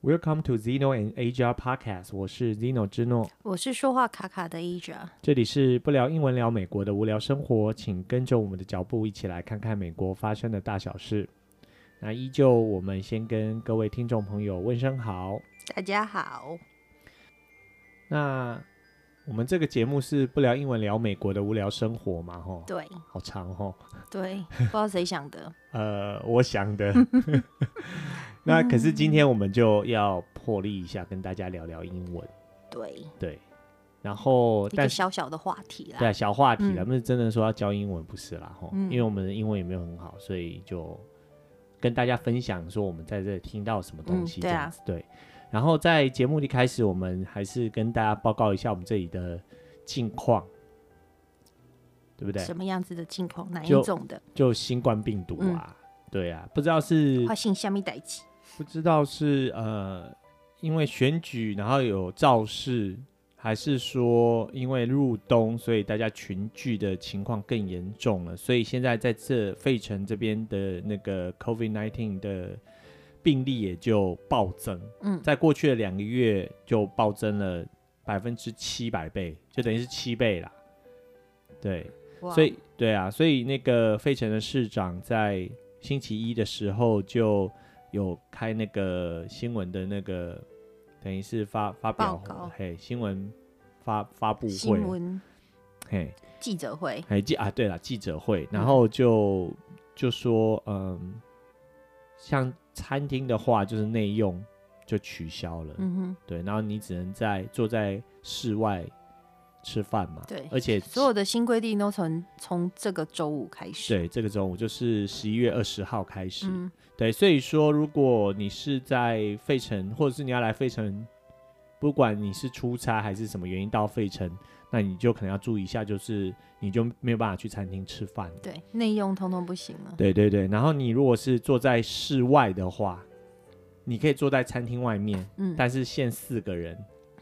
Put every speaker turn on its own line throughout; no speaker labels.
Welcome to Zeno and Asia Podcast，我是 Zeno 之诺，
我是说话卡卡的 Asia。
这里是不聊英文聊美国的无聊生活，请跟着我们的脚步一起来看看美国发生的大小事。那依旧，我们先跟各位听众朋友问声好。
大家好，
那我们这个节目是不聊英文聊美国的无聊生活嘛，吼，
对
好长吼。
对， 不知道谁想的，
呃，我想的。 那可是今天我们就要破例一下，跟大家聊聊英文。
对，
对，然后
一
但
个
是
小小的话题啦。
对啊小话题了，
嗯
不是真的说要教英文，不是啦吼，
嗯
因为我们的英文也没有很好，所以就跟大家分享说我们在这里听到什么东
嗯
西这
对
样
啊
子。对，然后在节目的开始，我们还是跟大家报告一下我们这里的近况，对不对？
什么样子的情况，哪
就
一种的？
就新冠病毒
嗯
啊，对啊，不知道是
发现下面代起，
不知道是呃，因为选举然后有造势，还是说因为入冬，所以大家群聚的情况更严重了，所以现在在这费城这边的那个 COVID nineteen 的病例也就暴增，
嗯
在过去的两个月就暴增了百分之七百倍，就等于是七倍啦，对，
哇
所以对啊，所以那个费城的市长在星期一的时候就有开那个新闻的那个，等于是发发表
报告
嘿新闻发发布会
新闻
嘿
记者会，
还记啊对了记者会，
嗯
然后就、就说嗯，像餐厅的话就是内用就取消了，
嗯
对，然后你只能在坐在室外吃饭嘛，
对
而且
哼，所有的新规定都从从这个周五开始。
对，这个周五就是十一月二十号开始。
嗯，
对，所以说，如果你是在费城，或者是你要来费城，不管你是出差还是什么原因到费城，那你就可能要注意一下，就是你就没有办法去餐厅吃饭。
对，内用通通不行了。
对对对，然后你如果是坐在室外的话，你可以坐在餐厅外面，
嗯，
但是限四个人，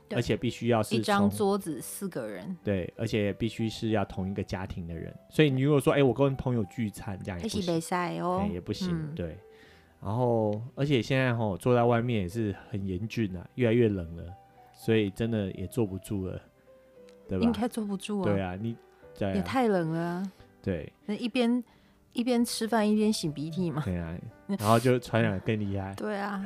对
而且必须要是
一张
从
桌子四个人
对，而且必须是要同一个家庭的人。所以你如果说，哎、我跟朋友聚餐这样也
一
不
起
行
比赛
哎、
哦。
也不行，
嗯
对。然后，而且现在吼坐在外面也是很严峻啊，越来越冷了，所以真的也坐不住了，对
应
吧？
该坐不住
对
啊，
啊，你对
也
啊，
太冷了啊。
对
那一边一边吃饭一边擤鼻涕嘛。
对 啊，然后就传染得更厉害。
对啊，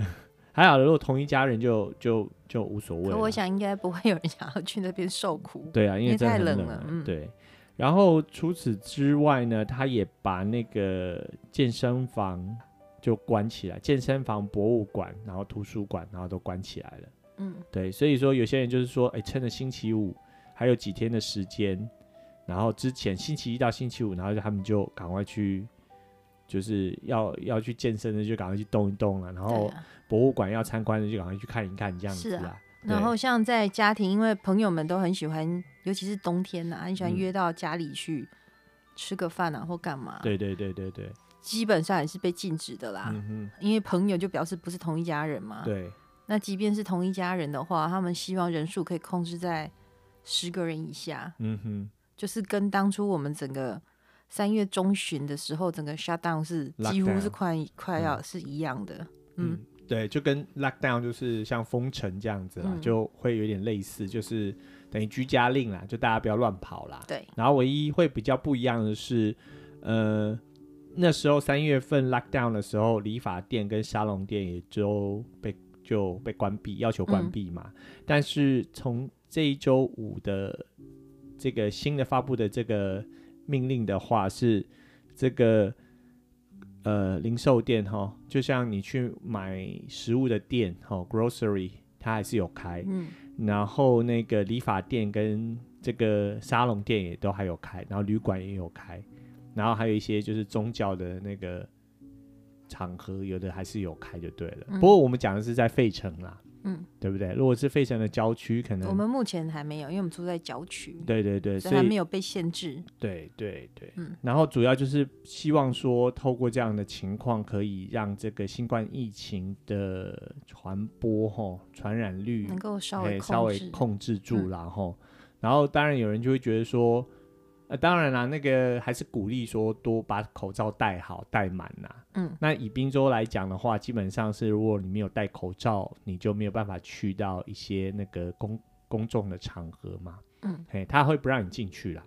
还好，如果同一家人就就就无所谓
可
了。
我想应该不会有人想要去那边受苦。
啊对啊，因
因
为
为
真的
太
很
冷
冷
了
啊
嗯
对，然后除此之外呢，他也把那个健身房就关起来，健身房、博物馆，然后图书馆，然后都关起来了。
嗯，
对，所以说有些人就是说，哎，趁着星期五还有几天的时间，然后之前星期一到星期五，然后他们就赶快去，就是要要去健身的就赶快去动一动了，然
对
后
啊。
博物馆要参观的就赶快去看一看，这样
是
子
啊
啊。
然
对
后像在家庭，因为朋友们都很喜欢，尤其是冬天呐、很喜欢
嗯
约到家里去吃个饭啊，或干嘛。，
对对对对对，
基本上也是被禁止的啦。
嗯哼，
因为朋友就表示不是同一家人嘛。。
对。
那即便是同一家人的话，他们希望人数可以控制在十个人以下，
嗯哼，
就是跟当初我们整个三月中旬的时候，整个 shutdown 是几乎
Lockdown 嗯
是快快要是一样的。嗯，
对，就跟 lockdown 就是像封城这样子啦，
嗯
就会有点类似，就是等于居家令啦，就大家不要乱跑啦。
对，
然后唯一会比较不一样的是，呃，那时候三月份 lockdown 的时候，理发店跟沙龙店也都被就被关闭，要求关
嗯
闭嘛。但是从这一周五的这个新的发布的这个命令的话，是这个呃零售店哈，就像你去买食物的店哈，grocery 它还是有开，
嗯，
然后那个理发店跟这个沙龙店也都还有开，然后旅馆也有开，然后还有一些就是宗教的那个场合，有的还是有开就对了。
嗯
不过我们讲的是在费城啦，
嗯，
对不对？如果是费城的郊区，可能
我们目前还没有，因为我们住在郊区，
嗯对对对，
嗯所
所
以还没
以
有被限制。
对对对，
嗯
然后主要就是希望说，透过这样的情况，可以让这个新冠疫情的传播吼传染率
能够稍
哎
微控制，
稍微控制住
嗯
啦吼。然后当然有人就会觉得说，呃，当然啦，那个还是鼓励说多把口罩戴好、戴满啦。
嗯，
那以滨州来讲的话，基本上是如果你没有戴口罩，你就没有办法去到一些那个公公众的场合嘛。
嗯，
嘿，他会不让你进去啦。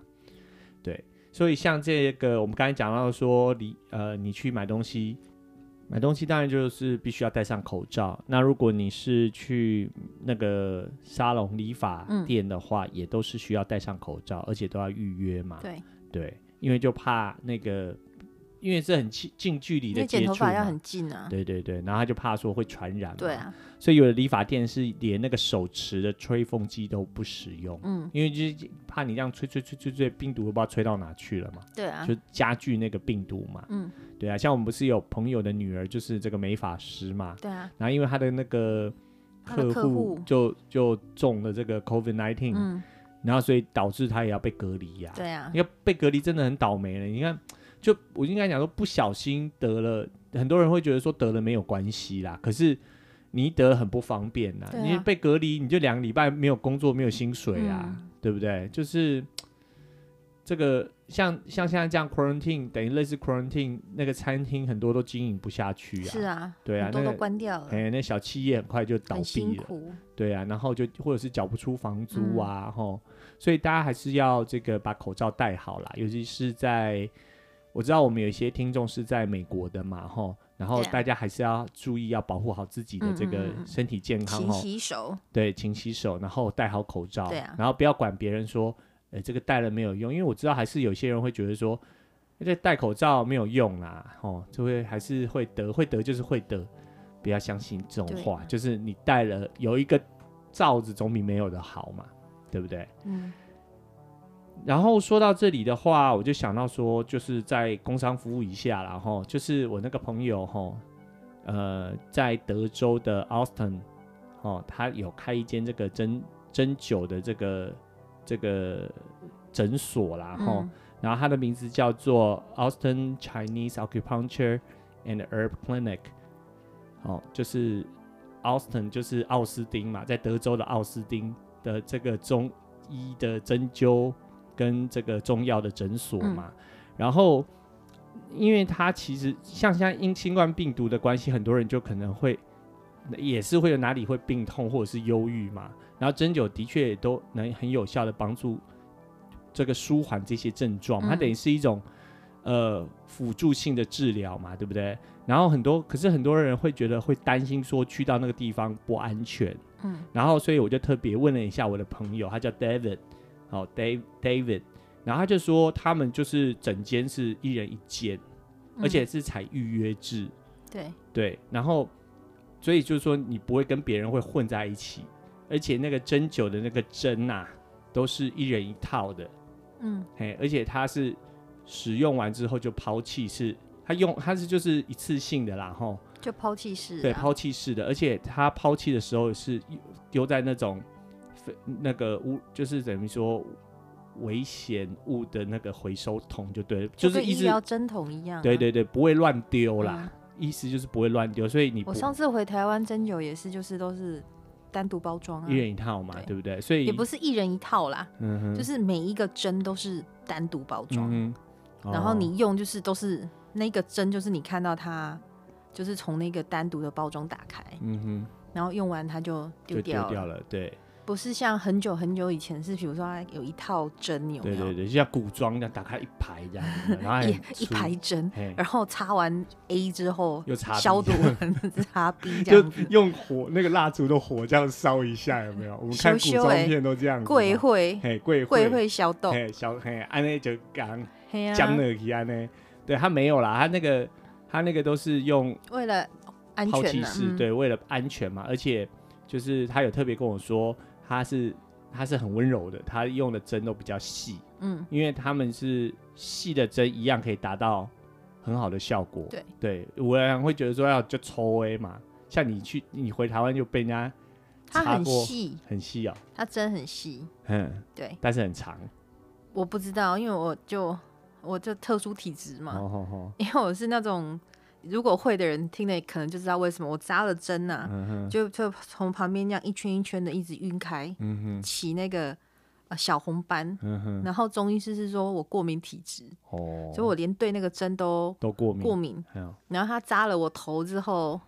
对，所以像这个我们刚才讲到说，你呃，你去买东西，买东西当然就是必须要戴上口罩。那如果你是去那个沙龙理发
嗯
店的话，也都是需要戴上口罩，而且都要预约嘛。
对，
对，因为就怕那个，因为是很近近距离
因
的
为剪
接
头
触
发要
嘛。
很近啊。
对对对，然后他就怕说会传染。
对，啊，
所以有的理发店是连那个手持的吹风机都不使用，
嗯，
因为就是怕你这样吹吹吹吹吹，病毒都不知道吹到哪去了嘛，
对啊
就，加剧那个病毒嘛。
嗯，
对啊，像我们不是有朋友的女儿就是这个美发师嘛，
对啊，
然后因为她的那个
她的客
户
户
就就中了这个 COVID nineteen，、
嗯，
然后所以导致她也要被隔离呀、
对啊，
你看被隔离真的很倒霉了。你看，就我应该讲说不小心得了，很多人会觉得说得了没有关系啦，可是你一得了很不方便呐、
对啊
你被隔离你就两个礼拜没有工作，没有薪水啊，
嗯
对不对？就是这个像像现在这样 quarantine 等于类似 quarantine 那个餐厅很多都经营不下去啊，
是啊，
对啊
很多
那
都
个
关掉了，
哎，那小企业很快就倒
很辛
闭了。
苦。
对啊，然后就或者是缴不出房
嗯
租啊，吼、所以大家还是要这个把口罩戴好啦，尤其是在我知道我们有一些听众是在美国的嘛，吼，然后
对啊
大家还是要注意要保护好自己的这个
嗯嗯嗯嗯
身体健康
勤
哦，
洗手，
对，勤洗手，然后戴好口罩，
对啊
然后不要管别人说，呃，这个戴了没有用，因为我知道还是有些人会觉得说，这戴口罩没有用啦，哦，就会还是会得，会得就是会得，不要相信这种
对
话，就是你戴了有一个罩子总比没有的好嘛，对不对？
嗯，
然后说到这里的话，我就想到说，就是在工商服务一下啦，吼，就是我那个朋友吼，呃，在德州的 Austin，哦，他有开一间这个针针灸的这个这个诊所啦，吼、
嗯
然后它的名字叫做 Austin Chinese Acupuncture and Herb Clinic，哦，就是 Austin 就是奥斯汀嘛，在德州的奥斯汀的这个中医的针灸跟这个中药的诊所嘛。然后，因为它其实像现在因新冠病毒的关系，很多人就可能会也是会有哪里会病痛或者是忧郁嘛。然后针灸的确也都能很有效的帮助这个舒缓这些症状嘛，它
嗯
等于是一种呃辅助性的治疗嘛，对不对？然后很多，可是很多人会觉得会担心说去到那个地方不安全，
嗯，
然后所以我就特别问了一下我的朋友，他叫 David，好、Dave David，然后他就说他们就是整间是一人一间，而且
嗯
是采预约制，
对，
对，然后所以就是说你不会跟别人会混在一起，而且那个针灸的那个针呐、都是一人一套的，
嗯，
嘿，而且它是使用完之后就抛弃，是它用它是就是一次性的啦，吼，
就抛弃式、啊，
对，抛弃式的，而且它抛弃的时候是丢在那种那个污，就是等于说危险物的那个回收桶就对了，就
就
是
跟
一
医
直
疗针筒一样、啊，
对对对，不会乱丢
嗯
啦，意思就是不会乱丢，所以你不
我上次回台湾针灸也是，就是都是单独包装啊
一，人一套嘛，
对
对不对？所以
也不是一人一套啦，
嗯哼，
就是每一个针都是单独包装，
嗯哼，
然后
哦
你用就是都是那个针，就是你看到它就是从那个单独的包装打开，
嗯哼
然后用完它就
就
丢
丢
掉了，
掉了，对
不是像很久很久以前是，比如说它哎有一套针，你有没
对哎
有？
对对，就像古装这样打开一排这样子，然后还很
一一
粗
排针，
嘿
然后擦完 A 之后
又擦 B
消毒 完擦 B 这
就
样子，
用火那个蜡烛的火这样烧一下，有没有？我们看古
羞羞
装
欸
片都这样子嘛。
贵会
嘿，贵
贵会消毒，
嘿，小嘿，安内就讲
嘿啊，
讲了一安内，对他没有啦，他那个他那个都是用
为了安
抛
全
弃
呢、啊，
式，对，为了安全嘛，而且就是他有特别跟我说，他是他是很温柔的，他用的针都比较细，
嗯，
因为他们是细的针一样可以达到很好的效果。
对，
我人会觉得说要就抽 A 嘛，像你去你回台湾就被人家
它
擦
很
过，
细，
很细哦，
它针很细，
嗯，
对，
但是很长。
我不知道，因为我就我就特殊体质嘛，
哦吼吼，
因为我是那种如果会的人听了可能就知道为什么我扎了针呐、
嗯哼，
就就从旁边这样一圈一圈的一直晕开，
嗯哼，
起那个呃小红斑，
嗯哼，
然后中医师是说我过敏体质，
哦，
所以我连对那个针都
都过敏，哦
过敏。
还有
然后他扎了我头之后，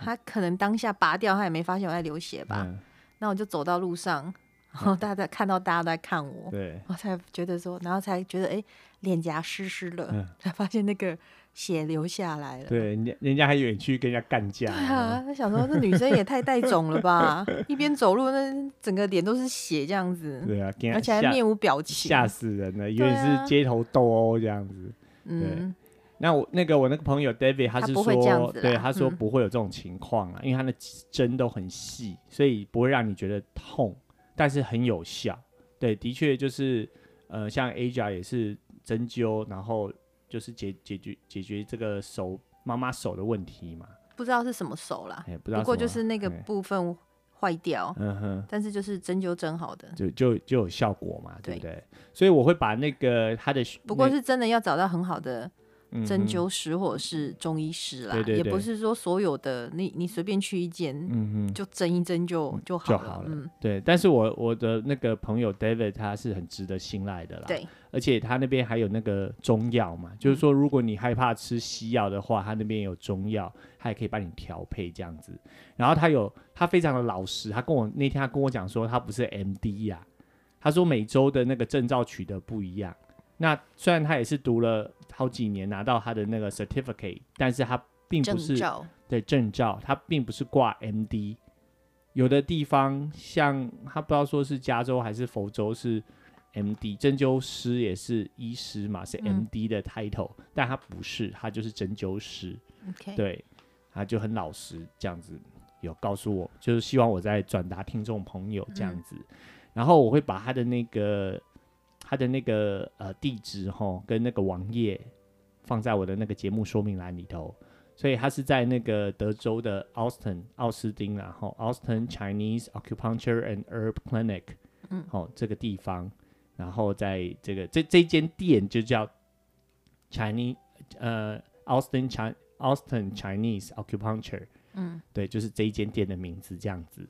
他可能当下拔掉，他也没发现我在流血吧。
嗯
那我就走到路上，然后大家看到大家都在看我，
对，
我才觉得说，然后才觉得哎，脸颊湿湿
嗯
的，才发现那个血流下来了。
对，人家人家还以为你去跟人家干架，
对 啊，他想说这女生也太带种了吧，一边走路那整个脸都是血这样子，
对啊，给人
嗯而且还
吓
面无表情。
吓死人了，以为
对
你
啊
是街头斗殴这样子。
嗯，
那我那个我那个朋友 David 他
他
是
不会这样
说，
子啦
对他说
嗯
不会有这种情况啊，因为他的针都很细，所以不会让你觉得痛，但是很有效。对，的确就是呃，像 Aja 也是针灸，然后就是解解决解决这个手妈妈手的问题嘛。
不知道是什么手啦，
哎、不知道
不过
什
就
么
是那个
哎
部分坏掉，
嗯哼。
但是就是针灸针好的。
就就就有效果嘛，对
对
不对？所以我会把那个他的嗯
不过是真的要找到很好的
那
针灸师或者是中医师啦，
对对对
也不是说所有的你你随便去一间、
嗯哼，
就针一针就就好
就
了。
好了
嗯，
对，但是我我的那个朋友 David 他是很值得信赖的啦，，
对，嗯
而且他那边还有那个中药嘛，就是说如果你害怕吃西药的话，他那边有中药，他也可以帮你调配这样子。然后他有他非常的老实，他跟我那天他跟我讲说他不是 MD 呀、他说每周的那个证照取得不一样。那虽然他也是读了好几年拿到他的那个 certificate，但是他并
证
不是
照
的证照，它并不是挂 MD。有的地方像他不知道说是加州还是佛州是 MD，针灸师也是医师嘛，是
嗯
MD 的 title，、但他不是，他就是针灸师。
，OK，
对，他就很老实这样子，有告诉我，就是希望我在转达听众朋友这样子，
嗯
然后我会把他的那个他的那个呃地址哈跟那个网页放在我的那个节目说明栏里头，所以他是在那个德州的 Austin 奥斯汀然后 Austin Chinese Acupuncture and Herb Clinic，
嗯
哦这个地方，然后在这个这这间店就叫 Chinese 呃 Austin Chi Austin Chinese Acupuncture，
嗯，
对，就是这一间店的名字这样子。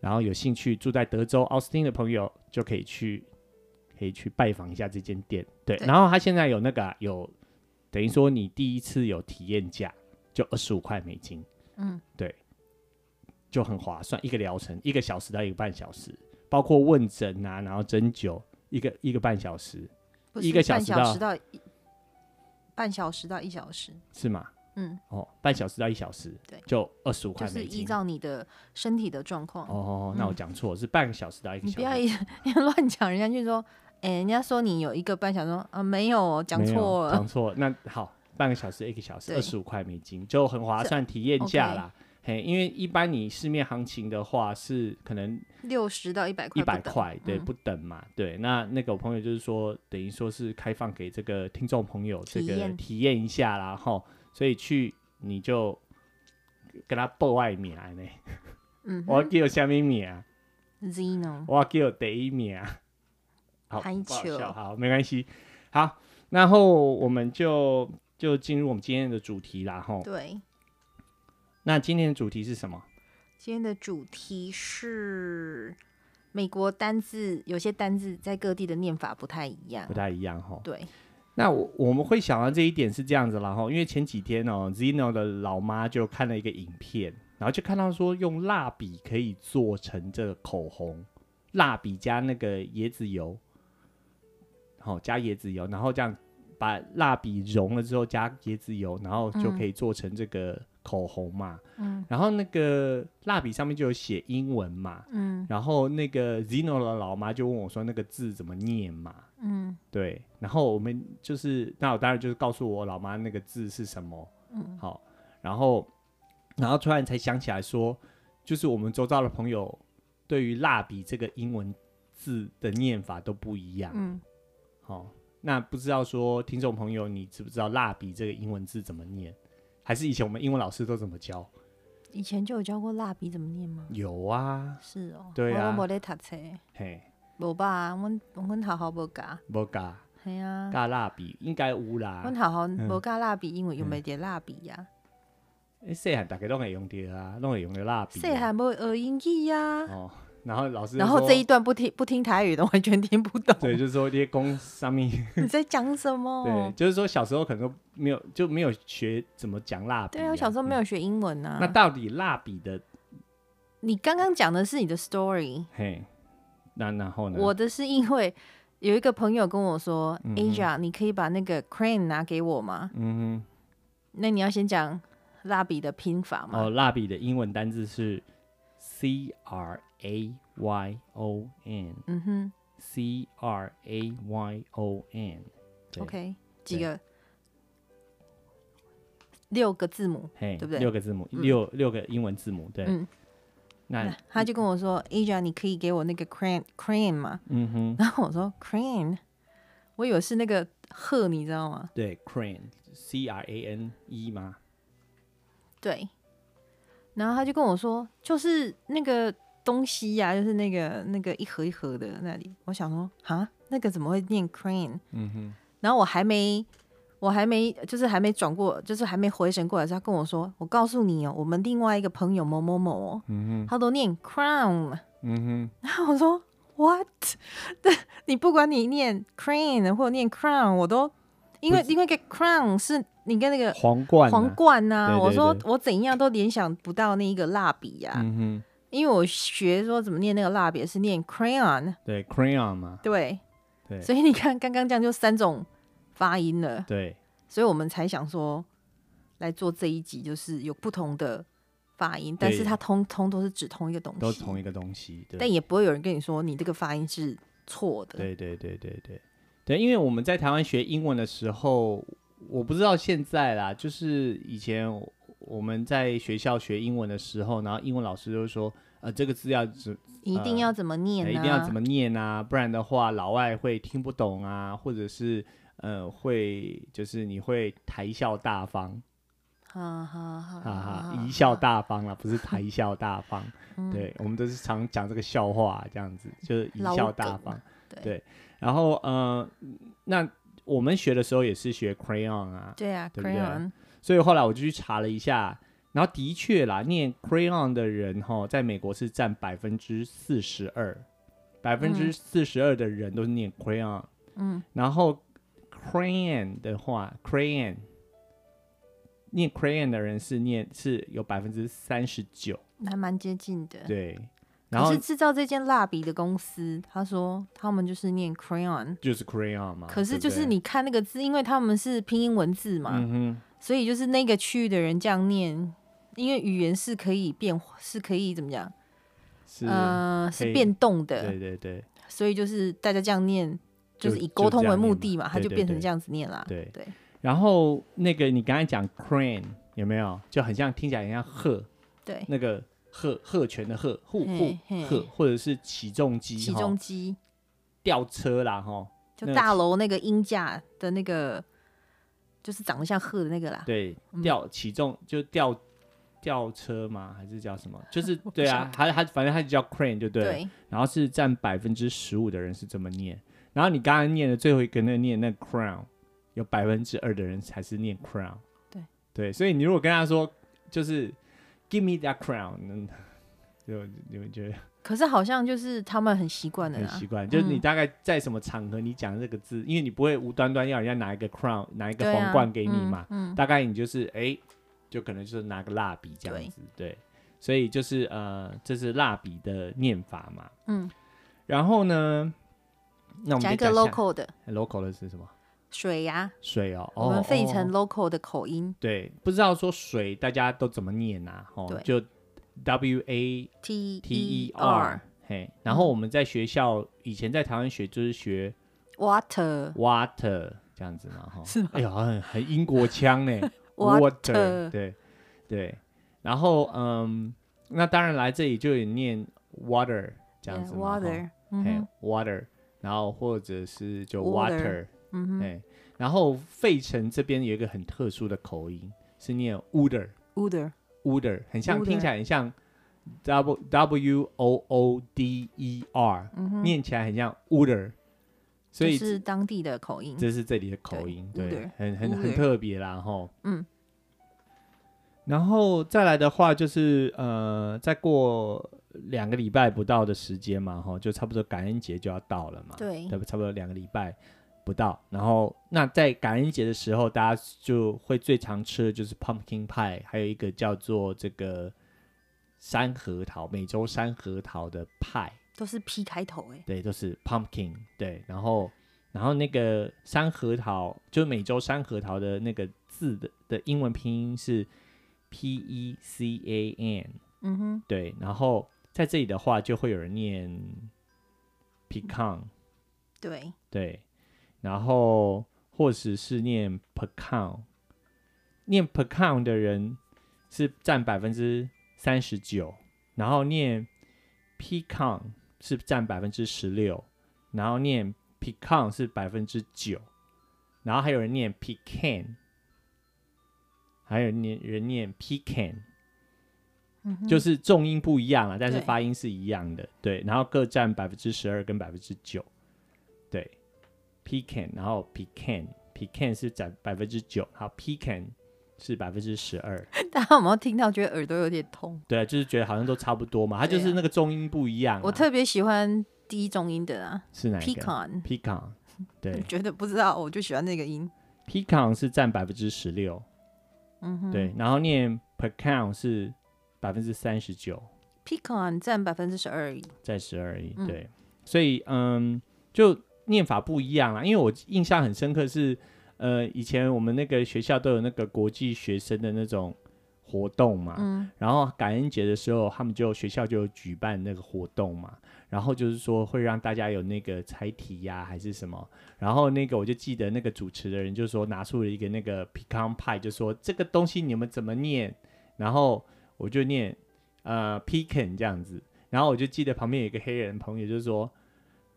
然后有兴趣住在德州奥斯汀的朋友就可以去，可以去拜访一下这间店。对，
对
然后他现在有那个啊、有，等于说你第一次有体验价就二十五块美金，
嗯，
对，就很划算，一个疗程一个小时到一个半小时，包括问诊啊，然后针灸一个一个半小时，
不是
一个小
半
时
小
到
时到一半小时到一小时，
是吗？
嗯，
哦，半小时到一小时，
对
就二十五块
就
美金。
是依照你的身体的状况。
哦，那我讲错，是半个小时到一个
你不
小
要
时，
一乱讲，人家就说，哎、人家说你有一个半小时说啊，没有哦，讲
没有
错了
讲。错。那好，半个小时一个小时，
对
二十五块美金就很划算，体验价
OK
啦。嘿，因为一般你市面行情的话是可能
六十到一百块，
一百，块，对，
嗯
不等嘛，对。那那个我朋友就是说，等于说是开放给这个听众朋友这
体
个
验
体验一下啦，吼。所以去你就跟他报外名呢，
嗯
我叫什么名？
，Zeno，
我叫第一名。好，
排
不好
球
笑好，没关系。好，然后我们就就进入我们今天的主题啦，吼。
对，
那今天的主题是什么？
今天的主题是美国单字，有些单字在各地的念法不太一样
不。太一样，吼。
对，
那我我们会想到这一点是这样子啦，吼，因为前几天哦，Zeno 的老妈就看了一个影片，然后就看到说用蜡笔可以做成这个口红，蜡笔加那个椰子油，好、加椰子油，然后这样把蜡笔融了之后加椰子油，然后就可以做成这个口红嘛。
嗯
然后那个蜡笔上面就有写英文嘛，
嗯
然后那个 Zeno 的老妈就问我说那个字怎么念嘛，
嗯
对，然后我们就是，那我当然就是告诉我老妈那个字是什么，
嗯，
好，然后，然后突然才想起来说，就是我们周遭的朋友对于蜡笔这个英文字的念法都不一样，
嗯，
好、那不知道说听众朋友你知不知道蜡笔这个英文字怎么念，还是以前我们英文老师都怎么教？
以前就有教过蜡笔怎么念吗？
有啊，
是哦，
对啊
我都没在读册，
嘿，
无吧，阮阮好好无教，
无嘎
系啊，
嘎蜡笔应该有啦
阮，好好
嗯
无教蜡笔，因为有没得蜡笔呀？
哎诶细汉大家都会用到啊，都会用到蜡笔
细
啊、
汉无学英语啊，
哦，然后老师就
然后
说
这一段不听不听台语的完全听不懂，
对，就是说列公上面，
你在讲什么？
对，就是说小时候可能都没有就没有学怎么讲蜡笔、
对啊，我小时候没
有。
有学英文啊。
嗯那到底蜡笔的
你刚刚讲的是你的 story，
嘿，那然后呢？
我的是因为有一个朋友跟我说、a s i a 你可以把那个 crane 拿给我吗？
嗯
那你要先讲蜡笔的拼法
哼，
嘛。
哦，蜡笔的英文单字是 C R A Y O N
嗯哼
C R A Y O N，对
，OK，几个六个字母，
嘿，
对不对
六个字母，
嗯
六六个英文字母，对。
嗯
那
他就跟我说 a s i a 你可以给我那个 crane crane 吗？
嗯哼，
然后我说 crane，我以为是那个鹤，你知道吗？
对，crane，C R A N E 吗？
对。然后他就跟我说，就是那个东西呀、就是那个那个一盒一盒的那里。我想说，啊，那个怎么会念 crane？
嗯哼，
然后我还没，我还没，就是还没转过，就是还没回神过来的时候，他跟我说，我告诉你哦，我们另外一个朋友某某某哦，
嗯哼，
他都念 crown。
嗯哼，
然后我说 what？对 你不管你念 crane 或者念 crown，我都因为
不
因为个 crown 是你跟那个
皇冠、啊，
呃皇，冠呐、
对对
我说
对
我怎样都联想不到那一个蜡笔呀、
嗯哼，
因为我学说怎么念那个蜡笔是念 crayon，
对，crayon 嘛，
对，
对
所以你看刚刚这样就三种发音了，
对，
所以我们才想说来做这一集，就是有不同的发音，但是它通通都是指同一个东西，
都同一个东西，对。
但也不会有人跟你说你这个发音是错的，
对对对对对对，因为我们在台湾学英文的时候，我不知道现在啦，就是以前我我们在学校学英文的时候，然后英文老师就说，呃，这个字要怎、
一定要怎么念
呃
啊？
一定要怎么念啊，不然的话老外会听不懂啊，或者是呃会就是你会抬笑大方，
哈哈哈
哈
啊
哈，
哈
贻啊笑大方啦，不是 抬笑大方。
嗯
对，我们都是常讲这个笑话，啊这样子就是贻
老
笑大
梗啊
方。
对
然后呃，那我们学的时候也是学 crayon 啊，
对啊
对不对
，crayon，
所以后来我就去查了一下，然后的确啦，念 crayon 的人哈，在美国是占百分之四十二，百分之四十二的人都是念 crayon。
嗯，
然后 crayon 的话，crayon 念 crayon 的人是念是有百分之三十九，
还蛮接近的。
对。然
可
后
是制造这件蜡笔的公司，他说他们就是念 crayon，
就是 crayon 嘛，
可是
哦对不
就
对
是你看那个字，因为他们是拼音文字嘛，
嗯哼，
所以就是那个区域的人这样念，因为语言是可以变，是可以怎么讲？
是，
呃，
可
是
以
变动
对
的，
对对
所以就是大家这样念，
就
就是以
就
沟通
这
为
样念
目
嘛
的嘛，他
对
就
对
变成
对
这样子念啦。
对。
啊对，
然后那个你刚才讲 crane 有没有，就很像听起来很像鹤，
对，
那个鹤鹤拳的鹤，护护
嘿嘿
鹤，或者是起重机，
起
哈
重机。
吊车啦，哈，
就
那个
大楼那个鹰架的那个，就是长得像鹤的那个啦。
对
嗯，
吊起重就吊吊车嘛，还是叫什么？就是
我不
对
晓
啊，它它反正它就叫 crane 就对了。
对
然后是占百分之十五的人是这么念，然后你刚刚念的最后一个那念那 crown，有百分之二的人才是念 crown。
对
对，所以你如果跟他说就是 give me that crown，嗯 就你们觉得
可是好像就是他们很习惯的
很
啦嗯
习。惯，就是你大概在什么场合你讲这个字，因为你不会无端端要人家拿一个 crown 拿一个
对啊
皇冠给你嘛，
嗯，
大概你就是哎、就可能就是拿个蜡笔这样子，对，所以就是呃，这是蜡笔的念法嘛，
嗯，
然后呢，那我们就
讲一个
下
local 的
local 的是什么？
水呀、
水哦，
我
哦
们费城
哦
local 的口音
对，不知道说水大家都怎么念啊？哦
对，
就 W A
T
T E
R
R。嘿，然后我们在学校以前在台湾学就是学
water
water 这样子嘛，哈，
是吗
哎呦，很很英国腔呢
Water
对对，然后嗯，那当然来这里就有念 water 这样
yeah,
子嘛，哈
water，
哎
嗯
，water，然后或者是就
Water
water，
嗯
哎，然后费城这边有一个很特殊的口音，是念 wooder
哼，water
wooder，很像
Wooder
听起来很像 w w o o d e r，、
嗯哼，
念起来很像 wooder，所
就
以
是当地的口音。
这是这里的口音，
对
对，
Wooder
很很很
Wooder
特别啦，吼。
嗯。
然后再来的话，就是呃，再过两个礼拜不到的时间嘛，哈，就差不多感恩节就要到了嘛，
对
对，差不多两个礼拜不到。然后那在感恩节的时候，大家就会最常吃的就是 pumpkin pie，还有一个叫做这个山核桃，美洲山核桃的派，
都是 P 开头哎、
对，都是 pumpkin，对，然后然后那个山核桃，就是美洲山核桃的那个字的的英文拼音是 P E C A N，
嗯哼，
对，然后在这里的话就会有人念 pecan，
对，
对，然后或者是念 pecan，念 pecan 的人是占百分之三十九，然后念 pecan 是占百分之十六，然后念 pecan 是百分之九，然后还有人念 pecan，还有念人念 pecan，
嗯哼，
就是重音不一样啊，但是
对
发音是一样的，对，然后各占百分之十二跟百分之九，对，pecan，然后 pecan，pecan 是占百分之九，然后 pecan 是百分之十二，
大家有没有听到觉得耳朵有点痛？
对，就是觉得好像都差不多嘛，它就
对
是
啊
那个重音不一样啊、
我特别喜欢第一中音的啊
是哪一个
，pecan，嗯
？pecan，对
觉得不知道，我就喜欢那个音。
，pecan 是占百分之十六，
嗯哼，
对，然后念 pecan 是百分之三十九，
，pecan 占百分之十二，
在十而已
嗯。
对，所以嗯，就念法不一样啦。因为我印象很深刻是，呃，以前我们那个学校都有那个国际学生的那种活动嘛，
嗯，
然后感恩节的时候，他们就学校就有举办那个活动嘛，然后就是说会让大家有那个猜题呀、还是什么，然后那个我就记得那个主持的人就说拿出了一个那个 pecan pie，就说这个东西你们怎么念，然后我就念呃 pecan 这样子，然后我就记得旁边有一个黑人朋友就说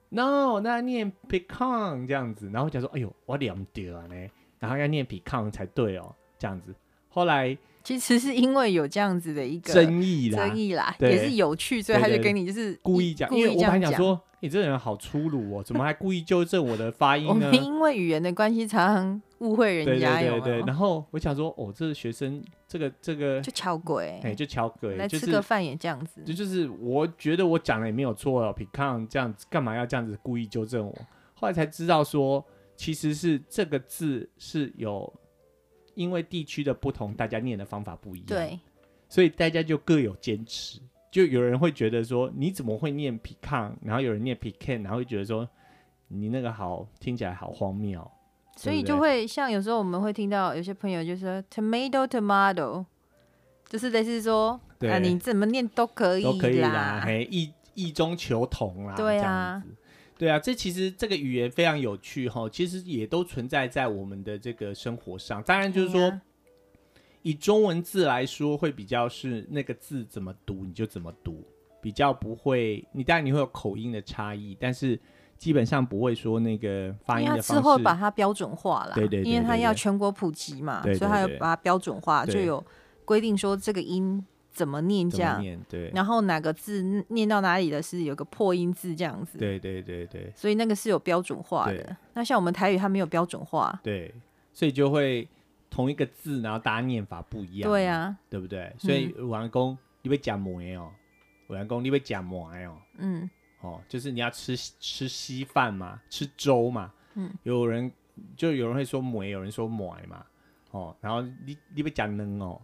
no，那念 pecan 这样子，然后我讲说哎呦我念对了呢，然后要念 pecan 才对哦这样子，后来
其实是因为有这样子的一个
争议啦，
争议啦，
对
也是有趣，所以
对
他
对
就跟你就是
故意讲，
故
因为
意
我
这
本来
样
想说，你、这人好粗鲁哦，怎么还故意纠正我的发音
我
呢
们？因为语言的关系，常常误会
对对
人家，有
对
没
对，
有？
然后我想说，哦，这个学生，这个这个，
就巧
哎、
鬼，
就巧鬼，
来
就
吃个
是
饭也这样子，
这就是，我觉得我讲的也没有错哦，pecan 这样子，干嘛要这样子故意纠正我？后来才知道说，其实是这个字是有，因为地区的不同，大家念的方法不一样，，
对，
所以大家就各有坚持。就有人会觉得说你怎么会念 pecan，然后有人念 pecan，然后会觉得说你那个好听起来好荒谬。
所以
对
就会像有时候我们会听到有些朋友就说 tomato tomato，就是类似说
对
啊你怎么念都可以
都可以啦，
啦，
嘿，意意中求同啦，
对啊
这样子，对啊，这其实这个语言非常有趣哈，其实也都存在在我们的这个生活上。当然就是
对
说，
啊
以中文字来说，会比较是那个字怎么读你就怎么读，比较不会，你当然你会有口音的差异，但是基本上不会说那个发音
因为
的
他之
方
后
式。
把它标准化啦，
对对对
因为他
对对
要全国普及嘛，
对对
所以他要
对
把它标准化，
对
就有规定说这个音怎么念这
怎么
样，
念？对，
然后哪个字念到哪里的是有个破音字这样子，
对对对对
所以那个是有标准化
对
的。那像我们台语它没有标准化，
对，所以就会同一个字，然后大家念法不一样。
对，啊，
对不对？所以我老公你会讲梅哦，我老公你会讲梅哦，
嗯，
哦，就是你要吃吃稀饭嘛，吃粥嘛，
嗯，
有人就有人会说梅，有人说梅嘛，哦，然后你你会讲能哦，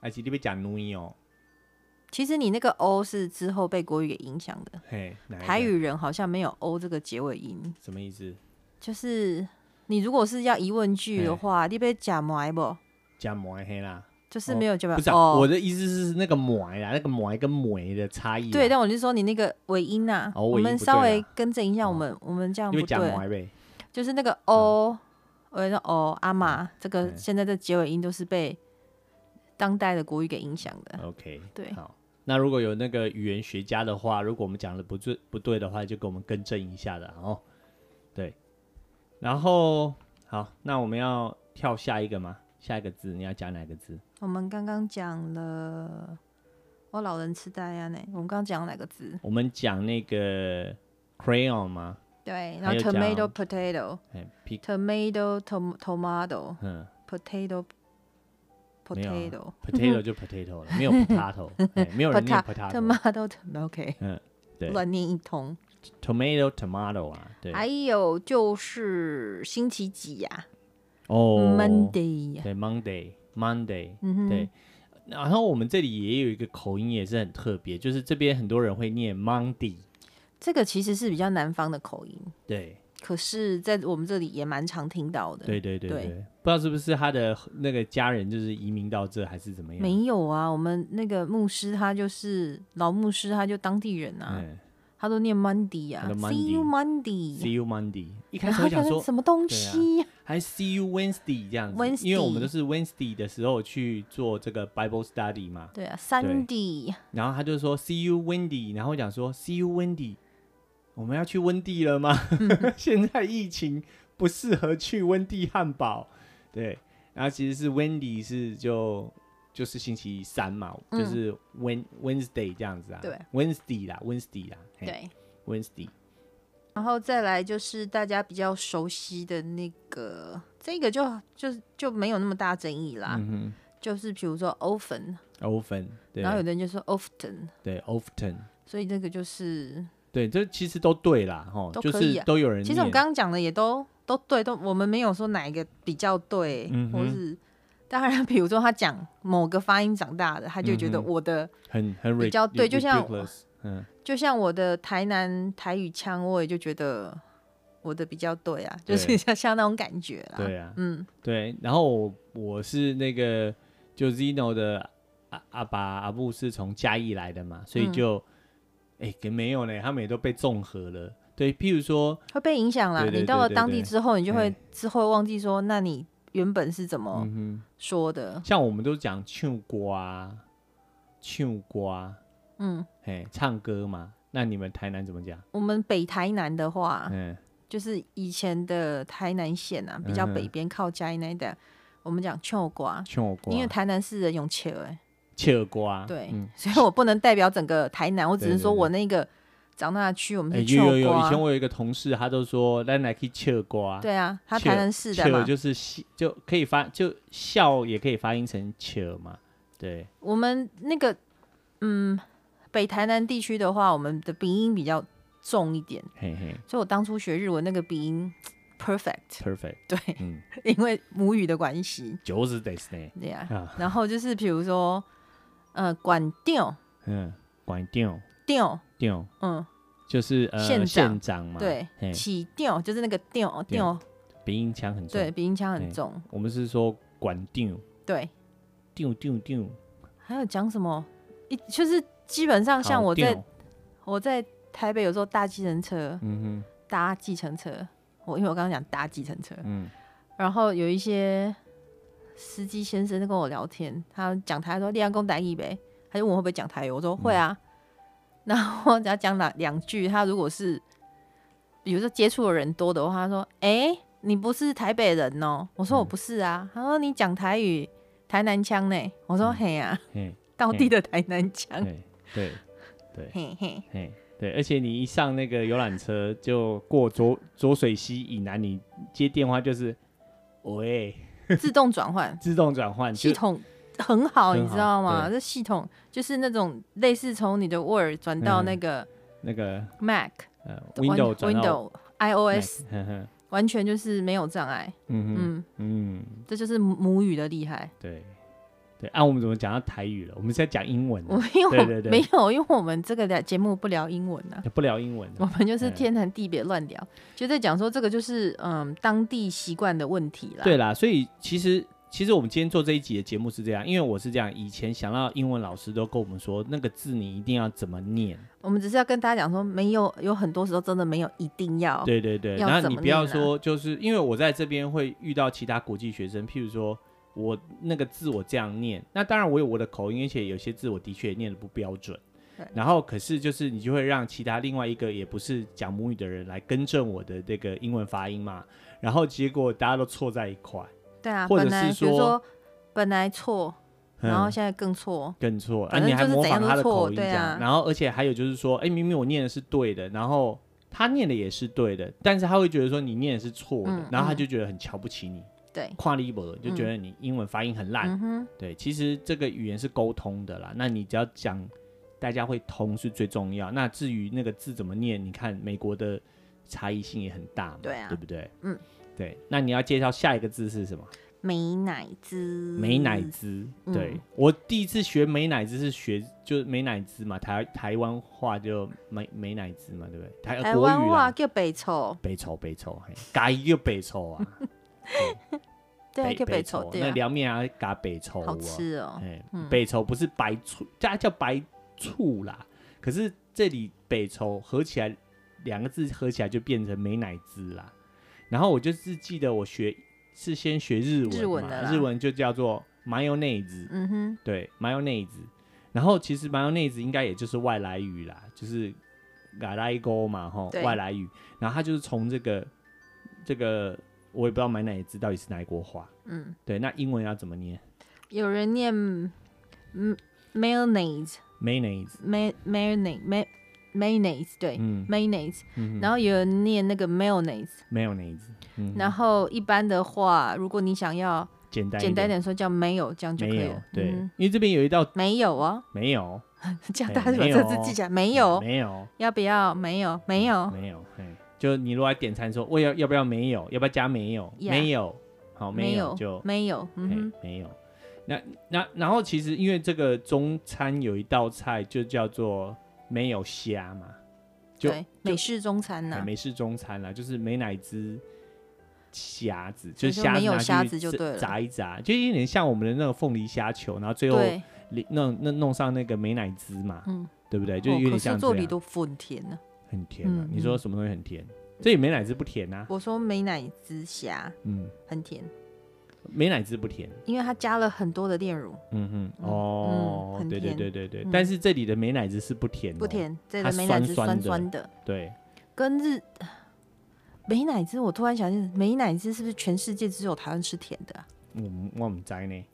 而且你会讲奴哦，
其实你那个 O 是之后被国语给影响的。
嘿，哪一个
台语人好像没有 o 这个结尾音，
什么意思？
就是你如果是要疑问句
哎
的话，你被假埋不？
讲梅嘿啦，
就是没有结尾、
不是啊、
哦。
我的意思是那个梅啦，那个梅跟梅的差异啊，
对，但我就说你那个尾音呐、
哦
我
尾音
们
不对
稍
啊
微更正一下，
哦
我们我们这样
你
不
会讲嗯
对，
梅呗，
就是那个 o，呃、那 o 阿玛这个
嗯
现在的结尾音都是被当代的国语给影响的。
OK，
对
好。那如果有那个语言学家的话，如果我们讲的不对不对的话，就给我们更正一下的哦。对，然后好，那我们要跳下一个吗？下一个字你要讲哪个字？
我们刚刚讲了，我老人痴呆啊呢，我们刚刚讲哪个字？
我们讲那个 crayon 吗？
对，然
还
后
有讲
tomato potato。
哎，pick，
tomato tom tomato
嗯，
potato
没有啊
potato
potato 就 potato 了，没有 potato，哎没有人念 potato，
tomato tomato OK，
嗯，对
乱念一通。
，tomato tomato 啊，对，
还有就是星期几呀
哦
？Monday 呀。
对 Monday Monday，
嗯哼
对，然后我们这里也有一个口音也是很特别，就是这边很多人会念 Monday，
这个其实是比较南方的口音，
对，
可是在我们这里也蛮常听到的。
对对对
对
对，不知道是不是他的那个家人就是移民到这还是怎么样？
没有啊，我们那个牧师他就是老牧师，他就当地人啊，
嗯
他都念 Monday 啊
他都
，See you Monday，
，See you Monday，一开
然
始
后
我
想
想
说
说啊
什么东西、
还 See you Wednesday 这样子，因为我们都是 Wednesday 的时候去做这个 Bible study 嘛，
对啊，Sunday，
然后他就说 See you Wendy，然后我讲说 See you Wendy，我们要去温蒂了 吗？现在疫情不适合去温蒂汉堡，对，然后其实是 Wendy 是就就是星期三嘛，
嗯
就是 Wen Wednesday 这样子啊，
对
，Wednesday 啦，Wednesday 啦，嘿
对，
，Wednesday，
然后再来就是大家比较熟悉的那个，这个就就就没有那么大争议啦，
嗯
就是比如说 often，
哼，often，对
然后有的人就说 often，
对，often，
所以这个就是，
对，这其实都对啦，哈，
都
就
可以
是
啊
都有人念，
其实我们刚刚讲的也都都对，都我们没有说哪一个比较对，
嗯
或
哼
是当然， 比如说他讲某个发音长大的，他就觉得
嗯哼
我的、
很很
比较对
ridiculous，
就像
嗯，
就像我的台南台语腔，我也就觉得我的比较对啊，就
对
是像像那种感觉啦。
对啊，
嗯，
对，然后我我是那个就 Zino 的阿阿爸阿布是从嘉义来的嘛，所以
嗯
就哎、可没有呢，他们也都被综合了。对，譬如说，
会被影响啦。
对对
你到了
对对
当地
对
之后，你就会
哎
之后会忘记说，那你原本是怎么
嗯
说的
哼，？像我们都讲唱歌啊，唱歌啊，
嗯，
哎，唱歌嘛。那你们台南怎么讲？
我们北台南的话，
嗯，
就是以前的台南县啊，比较北边靠嘉义那一带，我们讲啊秋瓜，
唱歌，啊
因为台南市人用切哎、
切瓜，
对，
嗯，
所以我不能代表整个台南，我只
对
是
对
说
对
我那个长大的区，我们
哎、
是秋
有
瓜。
有有，以前我有一个同事，他都说咱来去切瓜，
对啊，他
切
台南市的
切
嘛，
就是笑就可以发就笑也可以发音成切嘛，对，
我们那个嗯，北台南地区的话，我们的鼻音比较重一点，
嘿嘿
所以我当初学日文那个鼻音 perfect，
，perfect，
对，
嗯，
因为母语的关系，
就是ですね，
对 呀、
啊
然后就是比如说，呃，管调
嗯，管调
调，
调
嗯，
就是呃
县长
县长嘛，
对
嘿，
起调就是那个调调，
鼻音腔很重，
对，鼻音腔很
哎
重，
我们是说管调
对。
调调调，
还有讲什么？一就是基本上啊像
好
我在
调
我在台北有时候搭计程车，
嗯
搭计程车，我因为我刚刚讲搭计程车，
哼，嗯，
然后有一些司机先生在跟我聊天，他讲台说“立安公台语呗”，他就问我会不会讲台语，我说会啊。
嗯
然后我只要讲两两句，他如果是比如说接触的人多的话，他说：“哎、你不是台北人哦、我说：“我不是啊。他说：“你讲台语台南腔呢？”我说：“
嗯
嘿呀、
嘿，
啊，道地的台南腔。
对对对
嘿嘿，
嘿。对，而且你一上那个游览车，就过浊浊水溪以南，你接电话就是喂，
自动转换
自动转换， 就
系统很好，
很
你知
好
道吗？
对
这系统就是那种类似从你的 Word 转到
嗯
那个
那个
Mac，、
呃 Window
Window
转到 Mac，
iOS
呵呵
完全就是没有障碍，
嗯哼
嗯，
嗯，
这就是母母语的厉害。
对对，啊按、我们怎么讲到台语了？我们现在讲英文啊
我们因为我
对对对
没有，因为我们这个的节目不聊英文啊，
不聊英文
我
了。
们就是
嗯
天南地北乱聊，就在讲说这个就是嗯当地习惯的问题啦。
对啦，所以其实其实我们今天做这一集的节目是这样，因为我是这样，以前想到英文老师都跟我们说，那个字你一定要怎么念，
我们只是要跟大家讲说，没有有很多时候真的没有一定要，
对对对，
哦要
然后
怎
你
么
不要
念啊
说，就是因为我在这边会遇到其他国际学生，譬如说我那个字我这样念，那当然我有我的口音，而且有些字我的确也念的不标准
对。
然后可是就是你就会让其他另外一个也不是讲母语的人来更正我的这个英文发音嘛，然后结果大家都错在一块，
对啊，
或者
本来
是
比如
说
说本来错，然后
嗯
现在更错，
更错，而、
反正
你还
就是
模
怎
仿
样
他
都
的
错
口音
对
这样，
啊
然后而且还有就是说，哎，明明我念的是对的，然后他念的也是对的，但是他会觉得说你念的是错的，
嗯
然后他
嗯
就觉得很瞧不起你，
对，
跨 level 就觉得你英文发音很烂。
嗯哼，
对，其实这个语言是沟通的啦，那你只要讲，大家会通是最重要。那至于那个字怎么念，你看美国的差异性也很大嘛，
对啊
不对？
嗯，
对。那你要介绍下一个字是什么？
美乃滋，
美乃滋。
嗯
对、我第一次学美乃滋是学就是美乃滋嘛，台台湾话就美美乃滋嘛，对不对？台呃
台
国
湾
语
话
啦，
叫北丑，
北丑北丑，嘿嘎一个北丑啊，
对啊，叫
北
丑，对
那
啊，
凉面啊嘎北丑
好
啊。
吃哦，
哎、
嗯
北畴不是白醋，它叫白醋啦。可是这里北畴合起来两个字合起来就变成美乃滋啦。然后我就是记得我学是先学日文嘛，
日文的啦
日文就叫做 mayonnaise，、
嗯哼，
对 mayonnaise。然后其实 mayonnaise 应该也就是外来语啦，就是嘎拉伊沟嘛，吼，
对
外来语。然后它就是从这个这个，我也不知道美乃滋到底是哪一国话。
嗯，
对，那英文要怎么念
有人念嗯 mayonnaise，may
？mayonnaise，
mayonnaise may mayonnaise 对
嗯
mayonnaise，
嗯哼
然后有人念那个 mayonnaise，
mayonnaise，嗯
然后一般的话，如果你想要
简单
简单
一
点说叫没有，这样就可
没
以
有
了，
对，
嗯
因为这边有一道
没有哦，
没有
这样
哎
大家把
没
这
有
字记起来，
没
没有，
没有
要不要？没有，没有，
没有，嘿，就你如果要点餐说我要要不要没有，要不要加没有
Yeah
嗯没有，好
没
有
有
就哎
没有，
嘿
嗯
没有。那那然后其实因为这个中餐有一道菜就叫做没有虾嘛，
哼，
就
对，美式中餐
哎
呐，
美式中餐啦，就是美乃滋虾子，
所
就
以
是
就
虾
没有
拿
虾
去
子就
炸
对了
炸一炸，就有点像我们的那个凤梨虾球，然后最后
对，
里弄弄弄上那个美乃滋嘛，
嗯，
对不对？
哦
就有点
可是
像
做
这
里
样，
都很甜呢。
很甜啊
嗯。
你说什么东西很甜？这里美乃滋不甜啊，
我说美乃滋虾
嗯，
很甜，
美乃滋不甜，
因为它加了很多的炼乳，
嗯哼，
嗯
哦，
很
对对
甜
对对对
嗯，
但是这里的美乃滋是不甜，
不，甜。这
它
个美乃滋
酸酸
酸
的
酸的，
对，
跟日美乃滋，我突然想起美乃滋是不是全世界只有台湾吃甜的啊、
我们我们摘呢，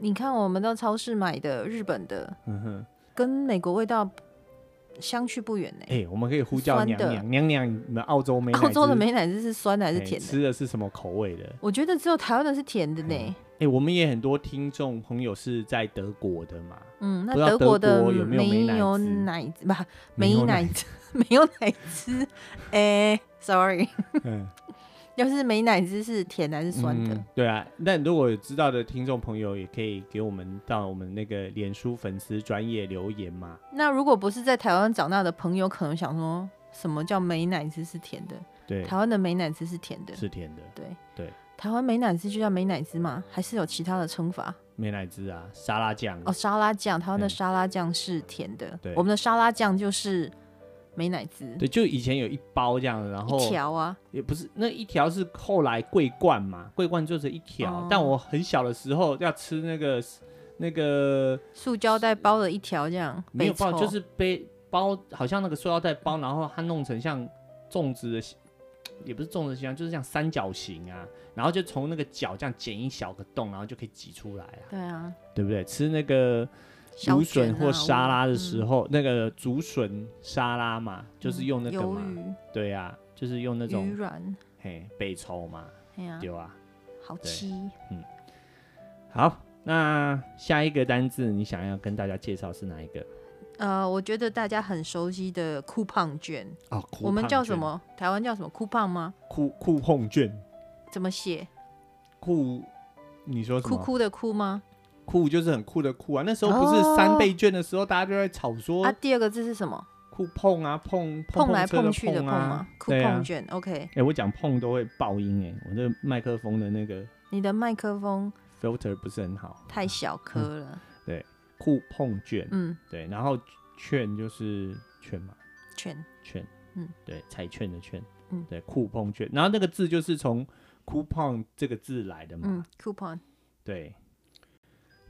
你看我们到超市买的日本的，
嗯哼，
跟美国味道相去不远呢、
哎，我们可以呼叫
酸
娘
的
娘娘娘，你们澳洲美乃滋
澳洲的美乃滋是酸的还是
哎
甜的？
吃的是什么口味的？
我觉得只有台湾的是甜的呢、
哎哎，我们也很多听众朋友是在德国的 嘛，
嗯，那
不知道
德国
德
的
国有没有美乃
有
滋
奶滋，不，
没
没
有
奶
奶
滋，没有奶滋。哎、s o r r y
嗯。
要是没奶汁是甜还是酸的？
嗯对啊，那如果有知道的听众朋友，也可以给我们到我们那个脸书粉丝专业留言嘛。
那如果不是在台湾长大的朋友，可能想说什么叫没奶汁是甜的？
对，
台湾的没奶汁是甜的，
是甜的，
对
对。
台湾没奶汁就叫没奶汁嘛，还是有其他的称法？
美乃滋啊，沙拉酱。
哦，沙拉酱，台湾的
嗯
沙拉酱是甜的，
对
我们的沙拉酱就是没奶汁，
对，就以前有一包这样，然后
一条啊，
也不是那一条是后来桂冠嘛，桂冠就是一条。
哦
但我很小的时候要吃那个那个
塑胶袋包了一条这样，
没有
被抽
包，就是背包，好像那个塑料袋包，然后它弄成像粽子的形，也不是粽子的形状，就是像三角形啊，然后就从那个角这样剪一小个洞，然后就可以挤出来啊，
对啊，
对不对？吃那个
小
芦笋
卷
或
啊
沙拉的
嗯
时候，那个竹笋沙拉嘛，就是用那个
嗯鱿
嘛，
鱼、
对啊，就是用那
鱼
种
软，
嘿北抽嘛，
哎呀、
有啊。
好
对
吃。
好，那下一个单字你想要跟大家介绍是哪一个？
呃，我觉得大家很熟悉的 coupon 券，
哦，
我们叫什？么？台湾叫什么 coupon 吗？
酷酷碰卷。
怎么写？
酷，你说什
酷
么？
酷的酷吗？
酷就是很酷的酷啊！那时候不是
哦
三倍券的时候，大家就在吵说
啊，第二个字是什么？
酷碰啊，碰
碰来
车的
碰去的碰
啊
吗？酷
对啊
碰。卷，OK。
哎、我讲碰都会爆音哎、我这个麦克风的那个
你的麦克风
filter 不是很好。
太小颗
嗯
了，
酷碰券，
嗯，
对，然后券就是券嘛，
全
券，
嗯，
对，彩券的券，
嗯
对，酷碰券，然后那个字就是从 coupon 这个字来的嘛，
嗯，coupon，
对，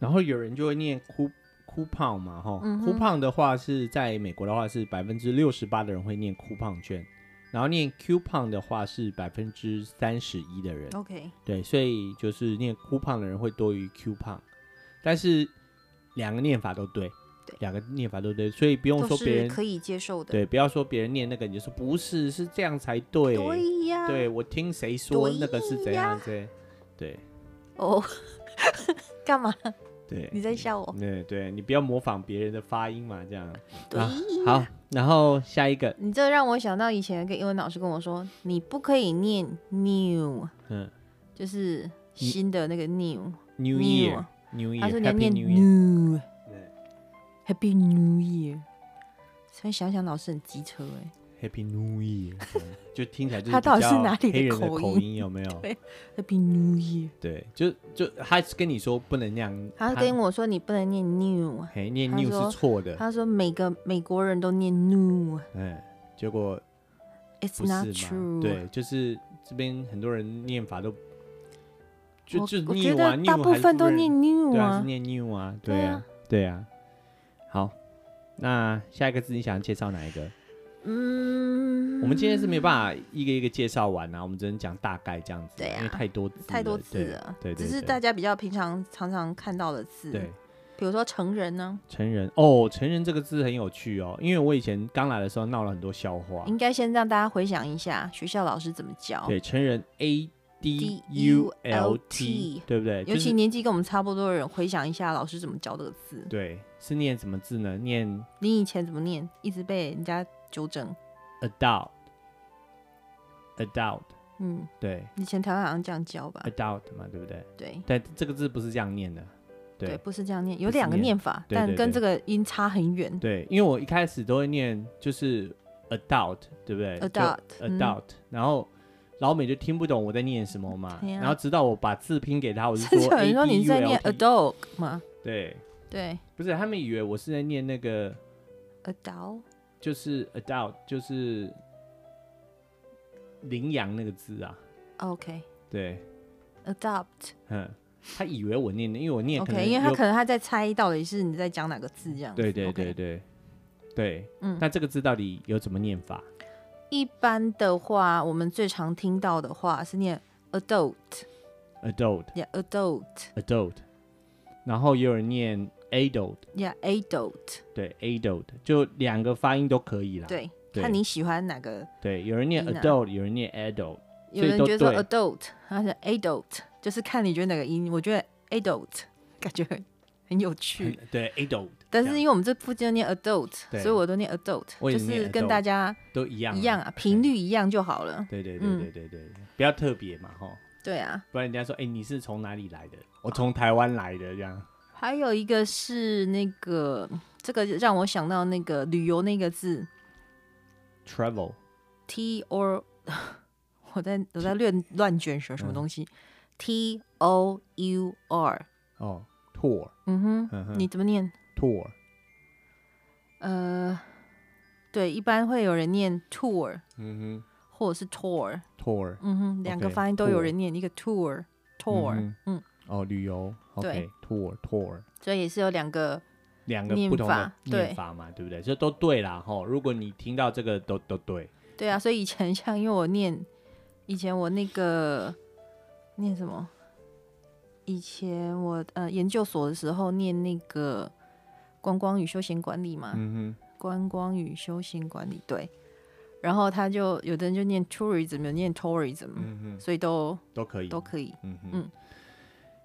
然后有人就会念 coup coupon 嘛，哈、
嗯
c
哼
o u p o n 的话是在美国的话是百分之六十八的人会念 coupon 券，然后念 coupon 的话是百分之三十一的人，
，OK，
对，所以就是念 coupon 的人会多于 coupon，但是两个念法都对，
对
两个念法都对，所以不用
都
说别
是
人
可以接受的。
对，不要说别人念那个，你就说不是，是这样才对，
对呀，
对我听谁说
对
那个是怎样子，对，
哦， 干嘛？
对，
你在笑我？
对对，你不要模仿别人的发音嘛，这样。
对
啊好，然后下一个，
你这让我想到以前有一个英文老师跟我说，你不可以念 new，
嗯
就是新的那个 new，
，New
New 啊
Year，New
他说你要
Year，Happy
念
New Year。对
new，Happy New Year。所以想想老师很机车哎、
Happy New Year，嗯就听起来就是
他到底是
比较
哪里的
黑人的
口
口音有没有？
对 h a p p y New Year。
对，就就他跟你说不能那样，
他跟我说你不能念 new，
嘿念
他
new
说
是错的，
他说每个美国人都念 new，it's
嗯，结果不是
not
嘛？
true。
对，就是这边很多人念法都就
我
就
我
new
觉
啊
得
，new
大部
还是
分都
认
念 new
对啊，是
啊，
念 new 啊，
对
对啊
啊，
对啊。好，那下一个字你想介绍哪一个？
嗯，
我们今天是没有办法一个一个介绍完啊，我们只能讲大概这样子，
对啊
因为太多字
太多
了
字了，
嗯对对对
只是
对
大家比较平常常常看到的字，
对对，
比如说成人呢，
成人哦，成人这个字很有趣哦，因为我以前刚来的时候闹了很多笑话。
应该先让大家回想一下学校老师怎么教，
对，成人 A D U
U
L
L
T，
T
对不对？
尤
就是
其年纪跟我们差不多的人，回想一下老师怎么教这个字，
对，是念什么字呢？念
你以前怎么念，一直被人家纠正，
adult adult，
嗯，
对
以前台湾好像这样教吧，
adult 嘛，对不对？
对
但这个字不是这样念的，对
对，不是这样念，有
不是
两个
念
念法，
对对
但跟
对
这个音差很远
对，因为我一开始都会念就是 adult，对不对就
，adult，嗯
adult，然后老美就听不懂我在念什么嘛，
对啊
然后直到我把字拼给他，我 就
甚至
说
有人说
A
你
D U
是在
L
念
T，
adult 吗？
对，
对
不是他们以为我是在念那个
，adult，
就是 adult 就是羚羊那个字啊，
OK，adopt。
对，嗯，他以为我念的，因为我念可能
OK，因为他
有
可能他在猜到底是你在讲哪个字这样子。
对对
OK
对对对，
嗯
那这个字到底有怎么念法？
一般的话，我们最常听到的话是念 adult，
adult
yeah adult
adult，然后也有人念 adult，
yeah adult，
对 adult，就两个发音都可以啦。
对，
啊对
看你喜欢哪个。
对，有人念
音啊
adult，有人念 adult，
有
所以
人
都
觉得说
对
adult，他是 adult，就是看你觉得哪个音。我觉得 adult 感觉很很有趣，
很对 adult，
但
这
是
样
因为我们这附近都念 adult，
对
所以我都念 adult，
我也
就
念
是
adult
跟大家
都一样啊
一样。啊，频率一样就好了。
对对对
嗯
对对对，对比较特别嘛哈，
对啊，
不然人家说哎你是从哪里来的？我从台湾来的这样。
还有一个是那个，这个让我想到那个旅游那个字
travel
T O，我在我在乱乱卷什么什
嗯
么东西、T O U R，
哦 tour，
嗯哼，
嗯哼
你怎么念？
tour，
呃，对，一般会有人念 tour
嗯
或者是 tour，
哼 tour，
嗯哼，两个
OK，
发音都有
tour
人念，一个 tour tour，
嗯
嗯，
哦旅游
对
，OK tour tour。
所以也是有两个
两个
念
不同的
法对
念法嘛，对不对？这都对啦，吼！如果你听到这个都都对，
对啊，所以以前像因为我念，以前我那个念什么？以前我呃研究所的时候念那个观光与休闲管理嘛，
嗯
观光与休闲管理对。然后他就有的人就念 tourism，有念 tourism，、
哼，嗯
所以都
哼，都可以，
都可以。
嗯哼，
嗯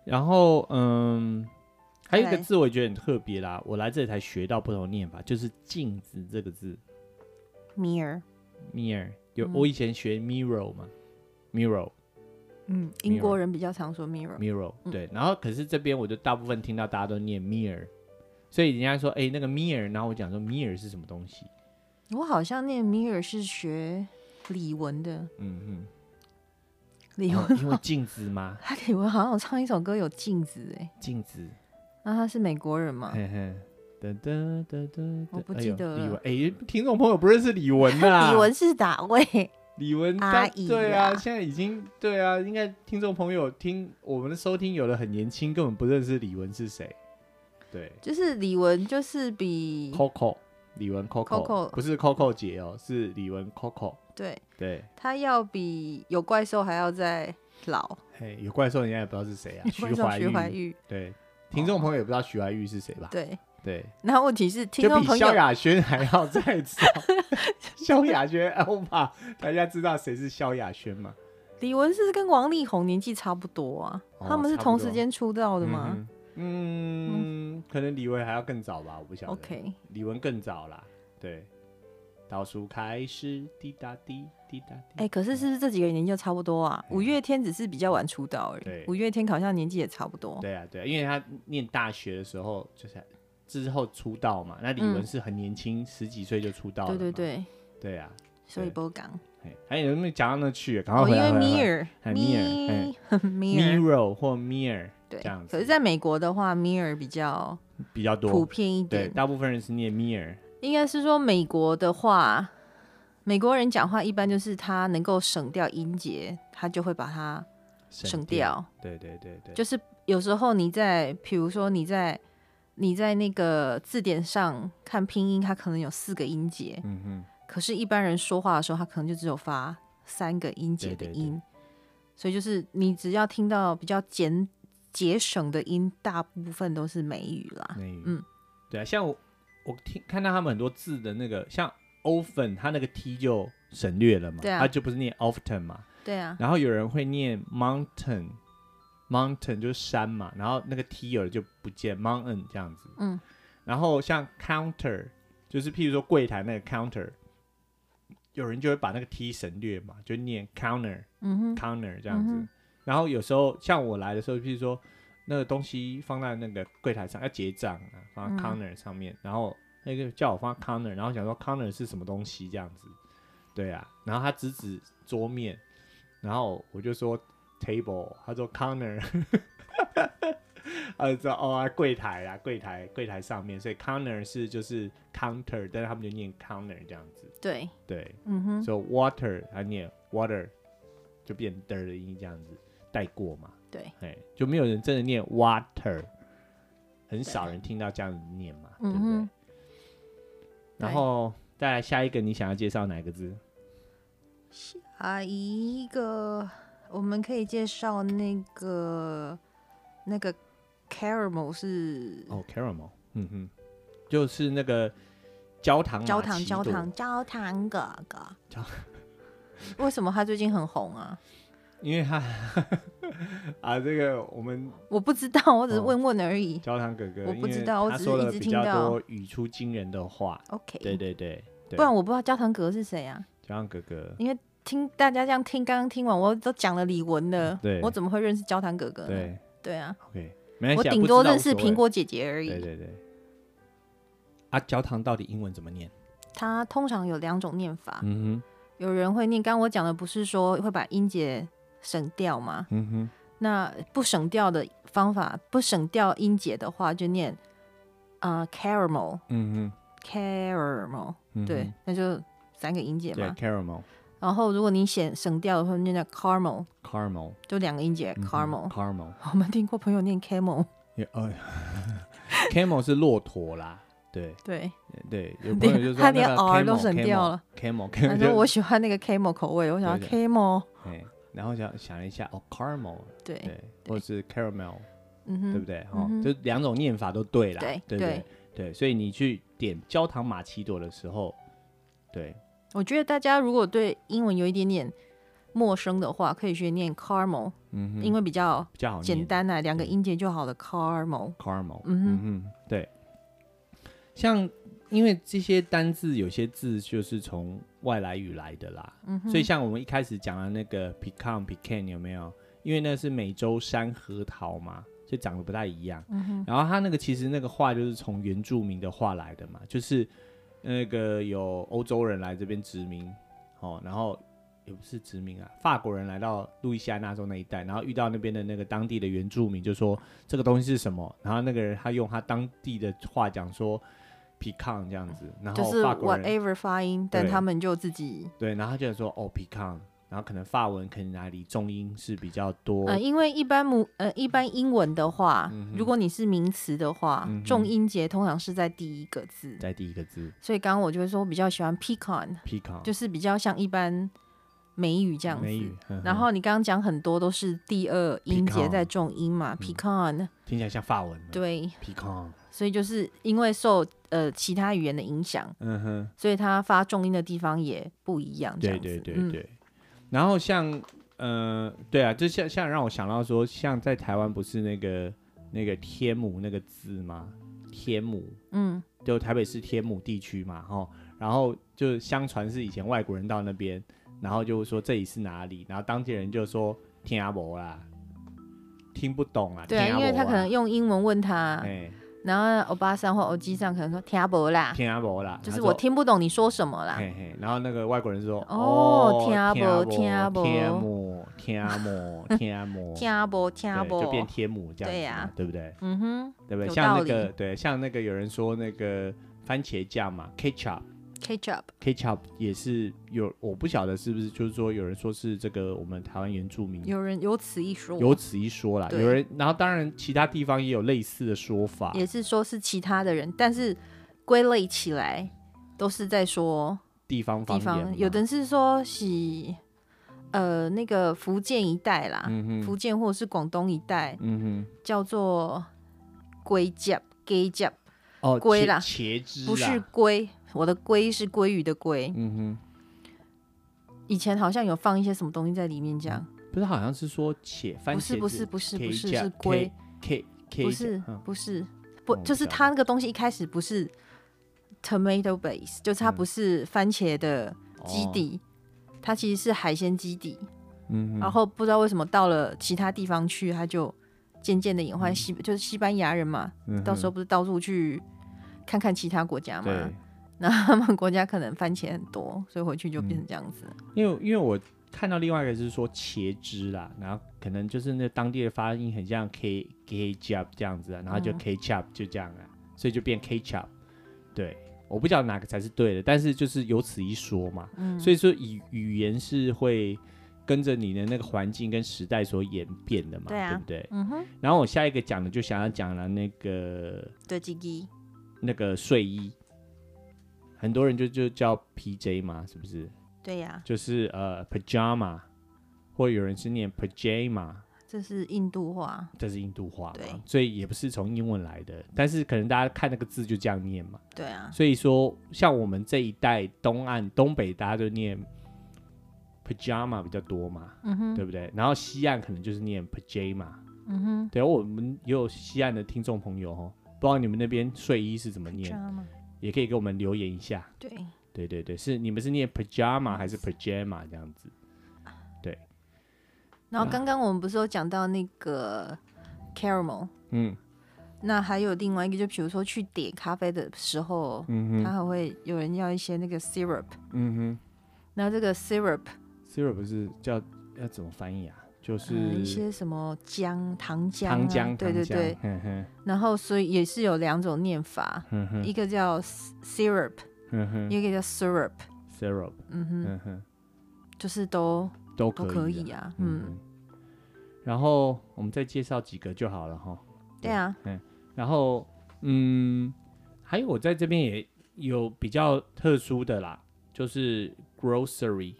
然后嗯，还有一个
再来
字我也觉得很特别啦，我来这里才学到不同的念法，就是镜子这个字
mirror，
，mirror，有、
嗯
我以前学 mirror 嘛，mirror，mirror，
嗯，英国人比较常说 mirror，嗯
对，然后可是这边我就大部分听到大家都念 mirror，所以人家说哎、那个 mirror，然后我讲说 mirror 是什么东西，
我好像念 mirror 是学李玟的，
嗯哼，
李玟
哦、因为镜子嘛，
他李玟好像有唱一首歌有镜子哎、
镜子。
那他是美国人嘛？
嘿嘿，噔噔噔噔，
啊我不
哎
记
呦
得
李
了
玟，哎，听众朋友不认识李玟的啦，
李玟是哪位？
李玟
阿
她
姨
对啊，
啦
现在已经对啊，应该听众朋友听我们的收听，有的很年轻，根本不认识李玟是谁。对
就是李玟，就是比
，Coco，李玟 Coco，
Coco
不是 Coco 姐哦，是李玟 Coco。
对
对，
她要比有怪兽还要再老。
嘿，有怪兽人家也不知道是谁 啊，
有怪兽徐怀
怀钰。
钰，
对，听众朋友也不知道徐怀钰是谁吧？
对。
对，
然后问题是，听
就
众
比
朋
萧
友
亚轩还要 哎再早。萧亚轩，欧巴，大家知道谁是萧亚轩吗？
李玟是跟王力宏年纪差不多啊，
哦
他们是
差不多
同时间出道的
嗯
吗、
哼嗯，可能李玟还要更早吧，我不晓得。
o k
李玟更早啦，对。倒数开始，滴答滴，滴答滴。
哎、可是是不是这几个人年纪就差不多啊？
嗯
五月天只是比较晚出道而
对
已，五月天好像年纪也差不多。
对啊，对啊，因为他念大学的时候就是之后出道嘛，那李玟
嗯
是很年轻，十几岁就出道了
对
嘛。
对对，
对啊，
所以不讲
嘿哎，有没有讲到那去？赶快
哦，
回
因
来。
为
回来回来
Mirror
哎，Mirror，哎
Mirror
Mirror 或 Mirror
对
这样，子
可是在美国的话，Mirror 比较
比较
普
多，
遍一
对，
点，
大部分人是念 Mirror，
应该是说美国的话，美国人讲话一般就是他能够省掉音节，他就会把它省掉。
对对对对，
就是有时候你在，比如说你在你在那个字典上看拼音，它可能有四个音节，
嗯哼，
可是，一般人说话的时候，他可能就只有发三个音节的
对对对
音，所以就是你只要听到比较简节省的音，大部分都是美语啦。
美语，
嗯，
对啊，像我我听看到他们很多字的那个，像 often，他那个 t 就省略了嘛，
对啊
他就不是念 often 嘛，
对啊，
然后有人会念 mountain。mountain 就是山嘛，然后那个 t 有的就不见 mountain 这样子，
嗯，
然后像 counter 就是譬如说柜台那个 counter，有人就会把那个 t 省略嘛，就念 counter，
嗯哼，
counter 这样子。
嗯
然后有时候像我来的时候，譬如说那个东西放在那个柜台上要结账啊，
嗯
放在 counter 上面，然后那个叫我放在 counter，然后想说 counter 是什么东西这样子，对啊，然后他指指桌面，然后我就说 table，他说 counter。呃，这哦，啊柜台啊，柜台，柜台上面，所以 counter 是就是 counter，但是他们就念 counter 这样子，
对，
对，
嗯哼，
所以 water 它念 water 就变 der 的音这样子带过嘛，
对，嗯
哎，就没有人真的念 water，很少人听到这样子念嘛，对不
嗯
对
哼？
然后再来下一个，你想要介绍哪个字？
啊，一个我们可以介绍那个那个 caramel 是
哦，caramel，嗯哼，就是那个焦糖玛
焦糖
奇
焦
朵
糖，焦糖哥哥
焦，
为什么他最近很红啊？
因为它 啊，这个我们
我不知道，我只是
哦
问问而已。
焦糖哥哥，
我不
因为
知道我
他
只
说
是一
了
直
比
听
较
到哎
多语出惊人的话，
OK，
对对对，对
不然我不知道焦糖哥是谁啊？
焦糖哥哥，
听大家这样听，刚刚听完我都讲了李玟了，
嗯对
我怎么会认识焦糖哥哥呢？
对。
对啊，
OK，没关
我
系啊，
顶
不知
多
道
认
无
识
所谓
苹。果姐姐而
对
已。
对对。啊，焦糖到底英文怎么念？
它通常有两种念法，
嗯哼，
有人会念，刚刚我讲的不是说会把音节省掉吗？
嗯哼，
那不省掉的方法，不省掉音节的话，就念啊 caramel
嗯
caramel，
哼，
对，那就三个音节
对
嘛。
，caramel、
然后如果你省省掉的话，念叫 caramel，
caramel、
就两个音节
嗯
caramel。
caramel，
我们听过朋友念 camel，
也 呃，camel 是骆驼啦。对
对，
对，有朋友就说
他连
那个
R 都
camel，
省掉了
camel，camel，
他
camel
说
就
我喜欢那个 camel 口味，我想要
对
camel，
哎，然后想想一下，哦，caramel，
哎对，
对，或者是 caramel，
嗯
对
哼
不，对？哦
嗯哼，
就两种念法都对啦，
对
对不
对
对对，所以你去点焦糖玛奇朵的时候，对，
我觉得大家如果对英文有一点点陌生的话，可以学念 caramel，
嗯哼，
因为比较
比较好
简
念嗯
单啊，两个音节就好了 caramel。
caramel，
嗯
嗯哼，对。像因为这些单字有些字就是从外来语来的啦，
嗯哼，
所以像我们一开始讲的那个 pecan pecan 有没有？因为那是美洲山核桃嘛，就长得不太一样。
嗯
然后它那个其实那个话就是从原住民的话来的嘛，就是呃那个有欧洲人来这边殖民，哦，然后也不是殖民啊，法国人来到路易斯安那州那一带，然后遇到那边的那个当地的原住民，就说这个东西是什么，然后那个人他用他当地的话讲说 pecan 这样子，然
哼，就
后
是
法国人
whatever 发音，但
对
他们就自己，
对，然后他就说哦 pecan，然后可能法文可能哪里重音是比较多，
呃，因为一般母呃一般英文的话，如果你是名词的话
嗯嗯哼，
重音节通常是在第一个字，
在第一个字
所以刚刚我就会说我比较喜欢 pecan，
pecan
就是比较像一般美语这样
美语嗯
子。，
呵呵
然后你刚刚讲很多都是第二音节
Pecan 嗯
在重音嘛，pecan，
听起来像法文，
对，
pecan，
所以就是因为受呃其他语言的影响，
嗯哼。
所以它发重音的地方也不一样，这
对
样子。
对对
嗯
对。然后像呃，对啊，就像像让我想到说，像在台湾不是那个那个天母那个字吗？天母，
嗯，
就台北市天母地区嘛，哈，然后就相传是以前外国人到那边，然后就说这里是哪里，然后当地人就说听阿伯啦，听不懂啊，
对啊，
听
因
不
为他
懂
可能用啊英文问他，
哎，
然后欧巴桑或欧基上可能说听不啦，
听阿伯啦，
就
他
是
说
我听不懂你说什么啦。
嘿嘿，然后那个外国人说
哦听
天
不听不
天母天母天母，
听不听
对
不，
就变天母这样子嘛，
对啊
对不对？
嗯哼
对不对？
有
像那
道理
个对，像那个有人说那个番茄酱嘛，ketchup，ketchup 嗯
，ketchup，
也是有，我不晓得是不是，就是说有人说是这个我们台湾原住民
有人有此一说，
有此一说啦，
对
有人，然后当然其他地方也有类似的说法，
也是说是其他的人，但是归类起来都是在说
地方方
地
言嘛
方，有的人是说是呃那个福建一带啦，
嗯哼，
福建或者是广东一带
嗯
叫做龟甲龟甲，
哼，哦，
龟
茄
啦
茄汁啦
不是，龟，我的龟是鲑鱼的龟，
嗯
以前好像有放一些什么东西在里面这样。
哼，不是，好像是说茄番
不
茄
是
汁，
不是不是不是
ketchup，
是龟，
，k k
不是
嗯
不是不
哦
就
我
是
不晓
它那个东西一开始不是 tomato base，就是它
嗯
不是番茄的基
哦
底，它其实是海鲜基底。
嗯哼，
然后不知道为什么到了其他地方去，它就渐渐的演
嗯
化西，就是西班牙人嘛，
嗯哼
到时候不是到处去看看其他国家嘛
对，，
那他们国家可能番茄很多，所以回去就变
嗯
成这样子。
因为因为我看到另外一个是说茄汁啦，然后可能就是那当地的发音很像 K K job 这样子啊，然后就
嗯
K chop 就这样啊，所以就变 K chop。对，我不晓得哪个才是对的，但是就是有此一说嘛。
嗯，
所以说语语言是会跟着你的那个环境跟时代所演变的嘛，
对啊
不对？
嗯哼，
然后我下一个讲的就想要讲了那个
对，吉吉
那个睡衣，很多人就就叫 PJ 嘛，是不是？
对呀、
就是呃 pajama，或有人是念 pajama，
这是印度话，
这是印度话
对
嘛，所以也不是从英文来的，但是可能大家看那个字就这样念嘛。
对啊，
所以说，像我们这一代东岸、东北，大家就念 pajama 比较多嘛，
嗯哼，
对不对？然后西岸可能就是念 pajama。
嗯哼。
对，我们也有西岸的听众朋友哦，不知道你们那边睡衣是怎么
知
念，
道吗？
也可以给我们留言一下。
对，
对对对，是你们是念 pajama 还是 pajama 这样子？
然后
啊
刚刚我们不是有讲到那个 caramel，
嗯
那还有另外一个，就比如说去点咖啡的时候，
嗯哼
它还会有人要一些那个 syrup，
嗯哼。
那这个 syrup
syrup 是叫要怎么翻译啊？就
呃
是
一些什么浆、糖浆、啊，
糖浆，
对对对，
糖浆，嗯哼
然后所以也是有两种念法，
哼哼
一个叫 syrup，
哼哼
一个叫 syrup，
，syrup，
嗯哼，
哼哼，
就是都
都可
都可
以
以
啊，
啊，嗯，
嗯。然后我们再介绍几个就好了哈。
对啊，
然后，嗯，还有我在这边也有比较特殊的啦，就是 grocery，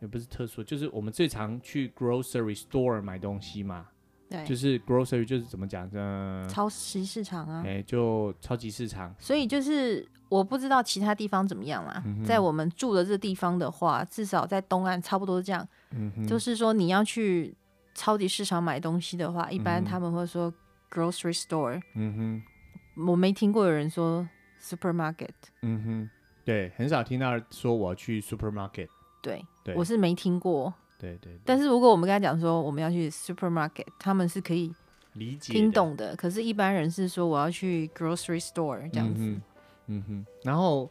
也不是特殊，就是我们最常去 grocery store 买东西嘛，就
对，
是 grocery 就是怎么讲呢？
超级市场啊，
哎，就超级市场。
所以就是我不知道其他地方怎么样啦，
嗯
在我们住的这地方的话，至少在东岸差不多是这样。
嗯哼
就是说你要去超级市场买东西的话，一般
嗯哼
他们会说 grocery store，、
嗯哼。
我没听过有人说 supermarket。
嗯哼，对，很少听到说我去 supermarket。
对，
对
我是没听过。
对对，对
但是如果我们跟他讲说我们要去 supermarket，他们是可以
理解的
听懂的。可是，一般人是说我要去 grocery store 这样子。
嗯哼。嗯哼，然后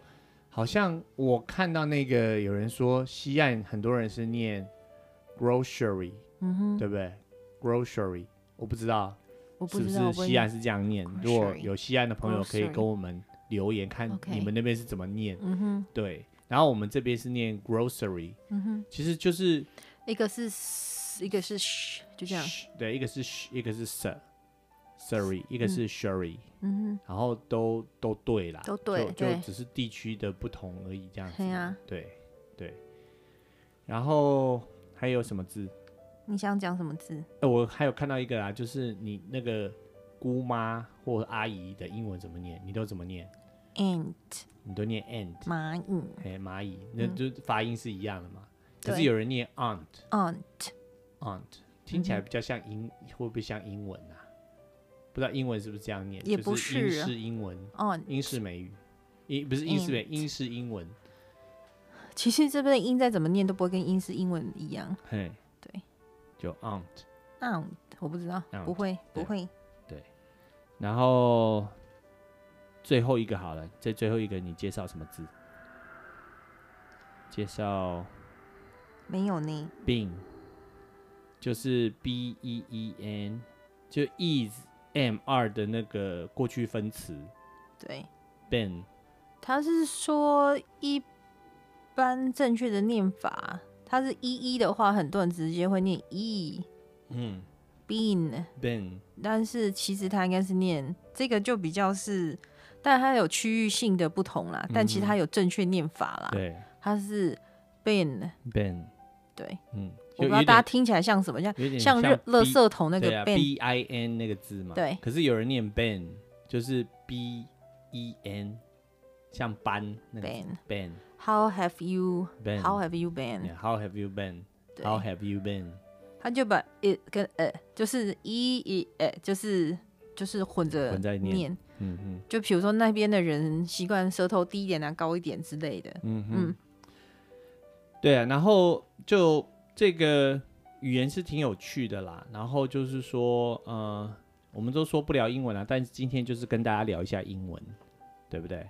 好像我看到那个有人说西岸很多人是念 grocery，、
嗯哼，
对不对？grocery，我不知道
我不
是不
知道
是
我不
西岸是这样念。如果
grocery
有西岸的朋友可以
grocery
跟我们留言，看
OK
你们那边是怎么念。
嗯哼，
对，然后我们这边是念 grocery，
嗯哼，
其实就是
一个是一个是 sh，就这样。
sh- 对，一个是 sh- 一个是 sir。Surrey，一个是 Sherry，、
嗯
然后都都对啦，
都对
就
对
就只是地区的不同而已，这样
哼，
子
嘿
嘛。
啊，
对对，然后还有什么字？
你想讲什么字？
哎、我还有看到一个啊，就是你那个姑妈或阿姨的英文怎么念？你都怎么念？
ant
你都念 ant，
蚂蚁，
哎、蚂蚁，那
嗯
就发音是一样的嘛。可是
对
有人念 aunt
嗯，
aunt，听起来比较像英，会不会像英文啊？不知道英文是不是这样念？
也
就
不
是英
是啊
式英文、
嗯，
英式美语，英不是英式美，英式英文。
其实这边的音再怎么念都不会跟英式英文一样。
嘿，
对，
就 aunt。
嗯，我不知道，
嗯
不会，
对
不会。
然后最后一个好了，这最后一个你介绍什么字？介绍
没有呢，
bean，就是 b e e n，就 is m 二的那个过去分词
对，
ben。
他是说一般正确的念法，它是一一的话，很多人直接会念 e
嗯
bean，
，ben
但是其实它应该是念这个就比较是，但它有区域性的不同啦，但其实它有正确念法啦，
嗯对
它是 bean，
ben，
对，
嗯，
我
就
不
有
知道
点
大家听起来像什么，像
有点
像热垃
B-
圾桶那个
对啊
bean，
b i n 那个字嘛。
对
可是有人念 ben，就是 b e n，像班那个
Ben
ben
How have you?
ben
How have you been?
Yeah, how have you been?
对
How have you been?
他就把 it 跟 a 就是一一 a 就是就是混着
混在念
念。
嗯嗯
就比如说那边的人习惯舌头低一点啊、高一点之类的。
嗯嗯
嗯，
对啊，然后就这个语言是挺有趣的啦。然后就是说，呃，我们都说不聊英文啦，但是今天就是跟大家聊一下英文，对不对？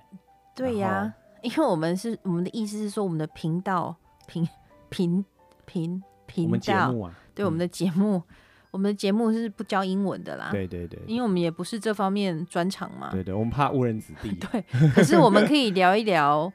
对呀、
然
因为我们是我们的意思是说我们的频道频频频
我
频
们节
道，
目啊，
对我们的节目，我们的节目是不教英文的啦，
对对对
因为我们也不是这方面专长嘛。
对对，我们怕误人子 弟。
可是我 们可以聊一聊，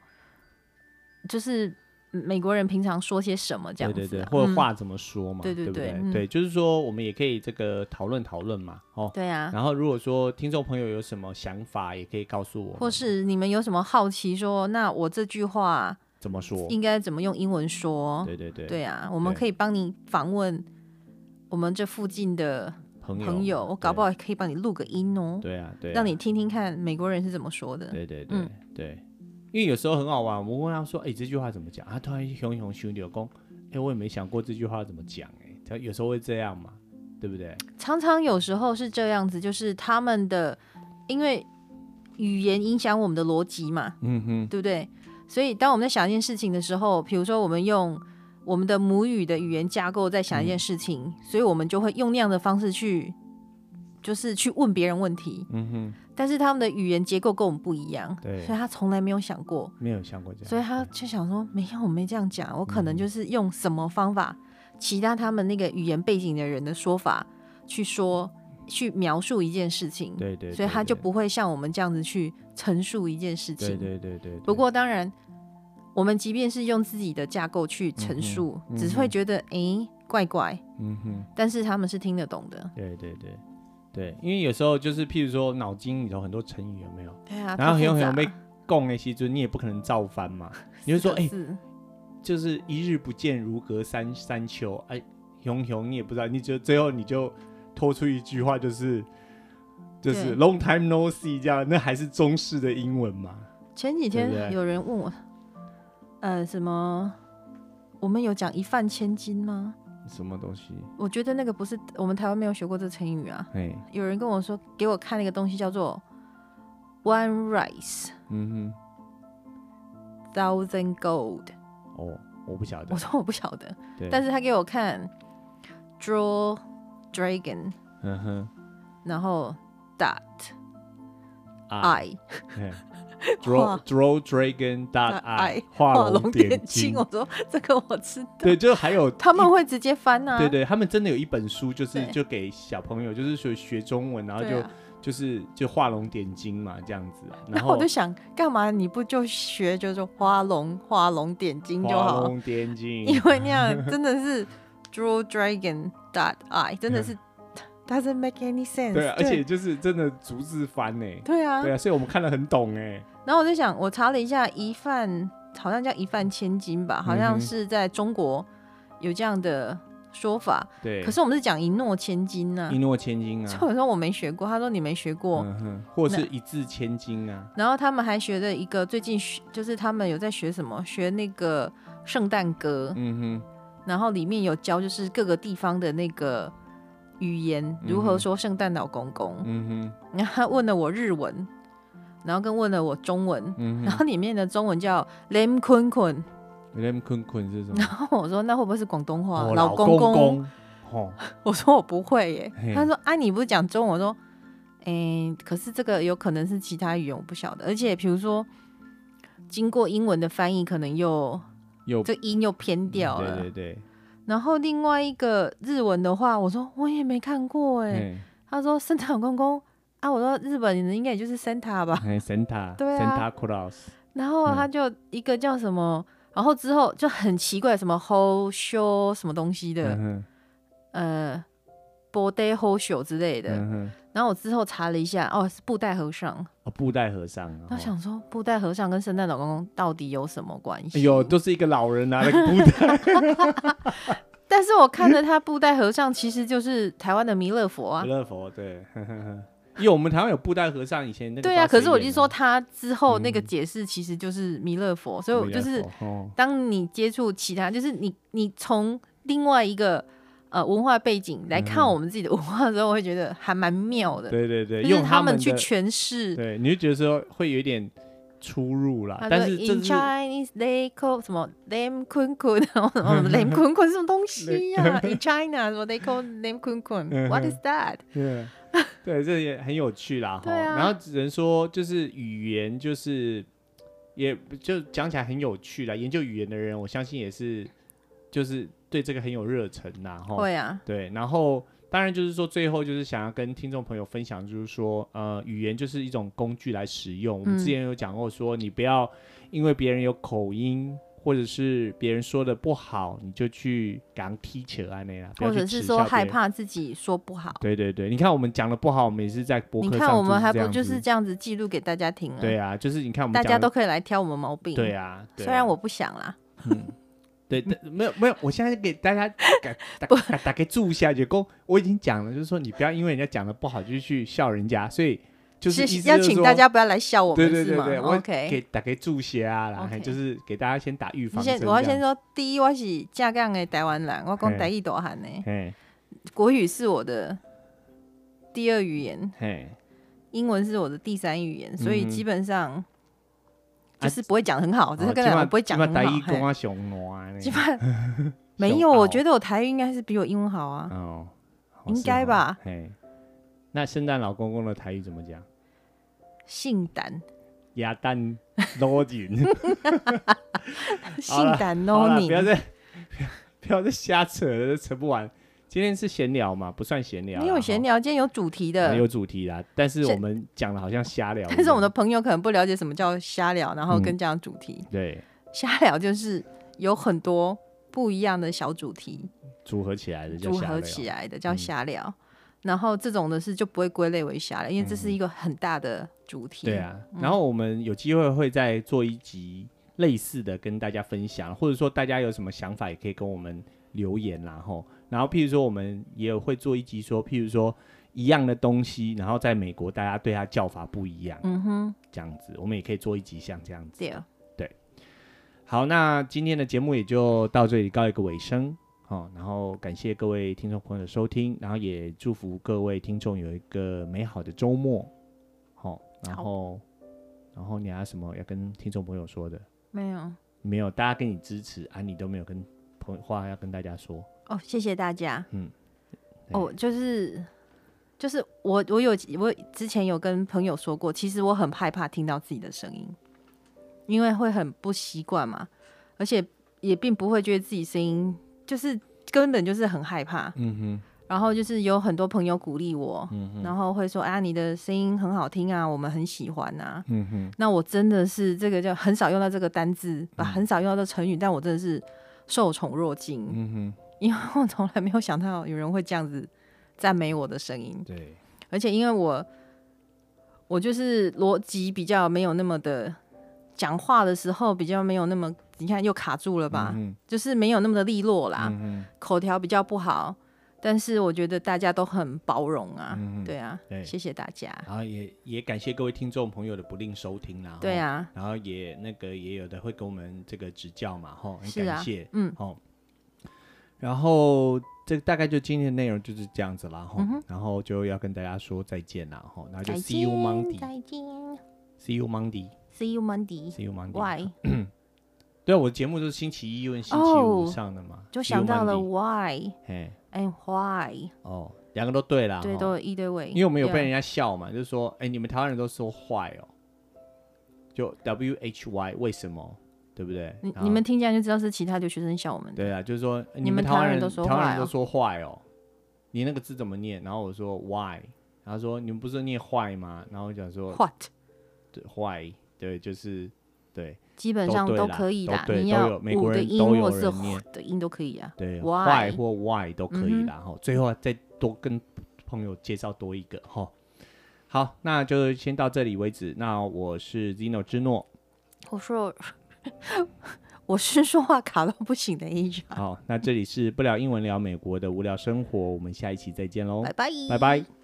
就是美国人平常说些什么
对
这样子、
对对，
啊，
或者
嗯、
话怎么说嘛？
对对
不
对
对？
嗯
对，就是说我们也可以这个讨论讨论嘛，哦。
对啊，
然后如果说听众朋友有什么想法，也可以告诉我们，
或是你们有什么好奇说，那我这句话
怎么说？
应该怎么用英文说？
对对对，
对啊，我们
对
可以帮你访问我们这附近的
朋友
朋友，我搞不好可以帮你录个音哦，
对啊，对啊，
让你听听看美国人是怎么说的。
对对对、
嗯
对，因为有时候很好玩，我们问他说：“哎、这句话怎么讲？”他突然熊熊熊有功，哎、我也没想过这句话怎么讲，哎，他有时候会这样嘛，对不对？
常常有时候是这样子，就是他们的因为语言影响我们的逻辑嘛，
嗯哼，
对不对？所以当我们在想一件事情的时候，比如说我们用我们的母语的语言架构在想一
嗯
件事情，所以我们就会用那样的方式去，就是去问别人问题。
嗯哼，
但是他们的语言结构跟我们不一样，
对
所以他从来没有想过，
没有想过这样，嗯
所以他就想说，没有，我没这样讲，我可能就是用什么方法，其他他们那个语言背景的人的说法去说，去描述一件事情，
对对
所以他就
对
不会像我们这样子去陈述一件事情。
对对对对对，
不过当然，我们即便是用自己的架构去陈述，
嗯哼
只是会觉得诶怪怪，
嗯哼。
但是他们是听得懂的。
对对对对，因为有时候就是，譬如说脑筋里头很多成语有没有？
对啊，
然后很有很有被
被
供的时阵，你也不可能照翻嘛。你就说，哎、就是一日不见如隔三三秋，哎，熊熊你也不知道，你就最后你就拖出一句话，就是就是 long time no see 这样，那还是中式的英文嘛？
前几
对不
天
对
有人问我，呃，什么？我们有讲一饭千金吗？
什么东西？
我觉得那个不是我们台湾没有学过这成语啊。
哎，
有人跟我说，给我看那个东西叫做 “one rice
嗯
thousand gold”，
哼，哦，我不晓得
我，说我不晓得，
对，
但
是
是他给我看 “draw dragon”，
嗯哼
然后 dot
啊
i
，draw
画
draw dragon dot
I，
i 画
画
龙
龙
点
点
睛
睛。，我说这个我知道，
对，就还 有
他们
一。
会直接翻啊，
对对，他们真的有一本书，就是
嗯对
就给小朋友，就是说学中文，然后
对
就、
啊
就是就画龙点睛嘛，这样子啊。
然后
后
我就想，干嘛你不就学就是画龙画龙点睛就
画
好？
龙点 睛，
因为那样真的是 draw dragon dot i，真的是 doesn't make any
嗯
sense
对啊，而且就是真的逐字翻呢、
对啊
对，啊，所以我们看得很懂哎、
然后我就想，我查了一下，一饭好像叫一饭千金吧，好
嗯哼
像是在中国有这样的说法。
对，
可是我们是讲一诺千金呢、
一诺千金啊，
所以我说我没学过，他说你没学过。
嗯哼，或是一字千金啊，
然后他们还学的一个最近学，就是他们有在学什么，学那个圣诞歌，
嗯哼，
然后里面有教就是各个地方的那个语言如
嗯
何
哼
说圣诞老公公。
嗯哼，
然后他问了我日文，然后跟问了我中文，
嗯
然
哼
后里面的中文叫 “lem 坤坤
，Lam 坤坤是什”，
然
么？
后我说那会不会是广东话？
哦
老
公
公，
哦，
我说我不会耶
嘿。
他说啊，你不是讲中文？我说，诶，可是这个有可能是其他语言，我不晓得。而且比如说，经过英文的翻译，可能又
又 嗯
这音又偏掉了。
对对对，
然后另外一个日文的话，我说我也没看过哎。
嘿
他说圣诞老公公啊，我说日本人应该也就是 Santa 吧。
嘿，Santa
啊对啊
Santa Claus，
然后
嗯
他就一个叫什么，然后之后就很奇怪，什么 ho show 什么东西的，
嗯哼
呃，body ho show 之类的。
嗯哼，
然后我之后查了一下，哦，是布袋和尚。
哦，布袋和尚啊，
那
哦
想说，布袋和尚跟圣诞老公公到底有什么关系？
哎呦，都是一个老人拿了 个布袋，
但是我看着他布袋和尚其实就是台湾的弥勒佛啊
弥。勒佛对， 呵呵呵因为我们台湾有布袋和尚，以前那个
对啊，
抓
可
谁
是我
演
就
的
说他之后那个
嗯
解释其实就是弥勒佛，所以我
弥
就
勒
是
佛哦
当你接触其他，就是你你从另外一个呃文化背景来看
嗯
我们自己的文化的时候，我会觉得还蛮妙的，
对对对，
就是
用
他
们
们去
的
诠释。
对，你就觉得说会有一点出入啦
他，
但
说
是这
In
是
Chinese they call 什么 lam 坤坤，然后什么 lam 坤坤什么 东西呀、i n China 什么 they call lam 坤坤
嗯
，What is that？
对， 对，这也很有趣啦哈。
对啊
然后只能说，就是语言，就是也就讲起来很有趣啦。研究语言的人，我相信也是，就是对这个很有热忱呐哈。
会啊，
对，然后当然就是说，最后就是想要跟听众朋友分享，就是说，呃，语言就是一种工具来使用。我们
嗯
之前有讲过说你不要因为别人有口音。或者是别人说的不好，你就去给他踢球啊那啦，不要
或
去
者是
耻
说
笑别
害
人
怕自己说不好。
对对对，你看我们讲的不好，我们也是在博
你
客上
看我们还
这
不
样
就
子
是这样子记录给大家听啊？
对啊，就是你看我们
大家
讲
都
的
可以来挑我们毛病。
对啊，对
虽
啊
然我不想啦，
对
嗯
但没有没有，我现在给大家 打打打给注一下，就公我已经讲了，就是说你不要因为人家讲的不好就去笑人家，所以就是意思
要
就是
请
说
大家不要来笑我
对
们，
对
是
对
吗
对，我给
？OK，
打给注些啊，然后
OK
就是给大家先打预
你
防针
先
这
我
样。
要先说，第一我是架杠的台湾人，我讲
嘿
台语大汉的，
嘿
国语是我的第二语言，
嘿，
英文是我的第三语言，所以
嗯哼
基本上
啊
就是不会讲很好，只是哦跟你讲我不会讲很
大一
好
公
嘿。
啊熊暖呢
基，本没有，
熊傲
我觉得我台语应该是比我英文好啊。
哦，好
应
是
该
哦
吧
嘿，那圣诞老公公的台语怎么讲？
性感，
鸭蛋捞紧，
性感
好
哦
啦
你
不。要再 不要再瞎扯了，扯不完。今天是闲聊嘛，不算闲聊啦，
没有闲聊，今天有主题
哈，
的
没，有主题啦。但是
是
我们讲的好像瞎聊一样，
但是我们的朋友可能不了解什么叫瞎聊，然后
嗯
跟这样主题、
对
瞎聊就是有很多不一样的小主题
组合起来的叫
组
瞎
合
聊，
起来的叫
嗯
瞎聊，然后这种的是就不会归类为瞎聊，因为这是一个很大的主题。
嗯对，啊。然后我们有机会会再做一集类似的跟大家分享，或者说大家有什么想法也可以跟我们留言啦吼。然后譬如说我们也有会做一集说，譬如说一样的东西，然后在美国大家对它叫法不一样，
嗯哼，
这样子，我们也可以做一集像这样子。
对，啊
好，那今天的节目也就到这里告一个尾声哦。然后感谢各位听众朋友的收听，然后也祝福各位听众有一个美好的周末。好、然
好
后然后你还有什么要跟听众朋友说的？
没有
没有，大家给你支持啊，你都没有跟朋友话要跟大家说。
哦，谢谢大家。
嗯，对
哦，就是就是我我有我之前有跟朋友说过，其实我很害怕听到自己的声音，因为会很不习惯嘛，而且也并不会觉得自己声音就是根本就是很害怕。
嗯
然后就是有很多朋友鼓励我，然后会说啊，你的声音很好听啊，我们很喜欢啊。
哼，嗯哼，
那我真的是这个叫很少用到这个单字，
嗯
啊，很少用到这成语，但我真的是受宠若惊。
嗯哼，
因为我从来没有想到有人会这样子赞美我的声音，
对，
而且因为我我就是逻辑比较没有那么的，讲话的时候比较没有那么，你看又卡住了吧，
嗯
就是没有那么的利落啦，
哼，
口条比较不好，但是我觉得大家都很包容啊，
嗯，
对啊，
对
谢谢大家，
啊然后也也感谢各位听众朋友的不吝收听啦，
对
吼，
啊，
然后也那个也有的会给我们这个指教嘛，吼，很
是啊
感谢，
嗯，
吼，然后这大概就今天的内容就是这样子啦，吼，然后就要跟大家说再见啦，吼，那就
嗯再
see you
见，
Monday，see
再见
you Monday，see
，See you Monday，Why？
you Monday，对啊，我的节目就是星期一跟星期
哦
五上的嘛，
就
see you
想到了
Monday，
Why
嘿，
and Why，
哦，两个都对啦，
对，
吼
都有一堆位，
因为我们有被人
Yeah，
家笑嘛，就是说，哎、你们台湾人都说坏哦，就 W H Y 为什么，对不对？
你
然后
你们听见就知道是其他留学生笑我们的，
对啊，就是说哎
你
们
们
台
台
湾
湾人
人
都说
台湾人
坏
都
哦
说坏哦，你那个字怎么念？然后我说 Why，然后说你们不是念坏吗？然后我讲说
What？
对坏，对，就是对
基本上
都对
都
啦
可以
都对
你
都
要
有美
五
国
个
人
音
都有
或是
人念
的音都 可以啊。
对，哦
Why
坏或 Why 都可以
嗯哼
啦。哈、最后啊再多跟朋友介绍多一个哈。吼好，那就先到这里为止。那我是 Zino 之诺。
我说， 我是说话卡到不行的 Asia，
好，那这里是不聊英文聊美国的无聊生活，我们下一期再见喽，
拜拜，
哦拜拜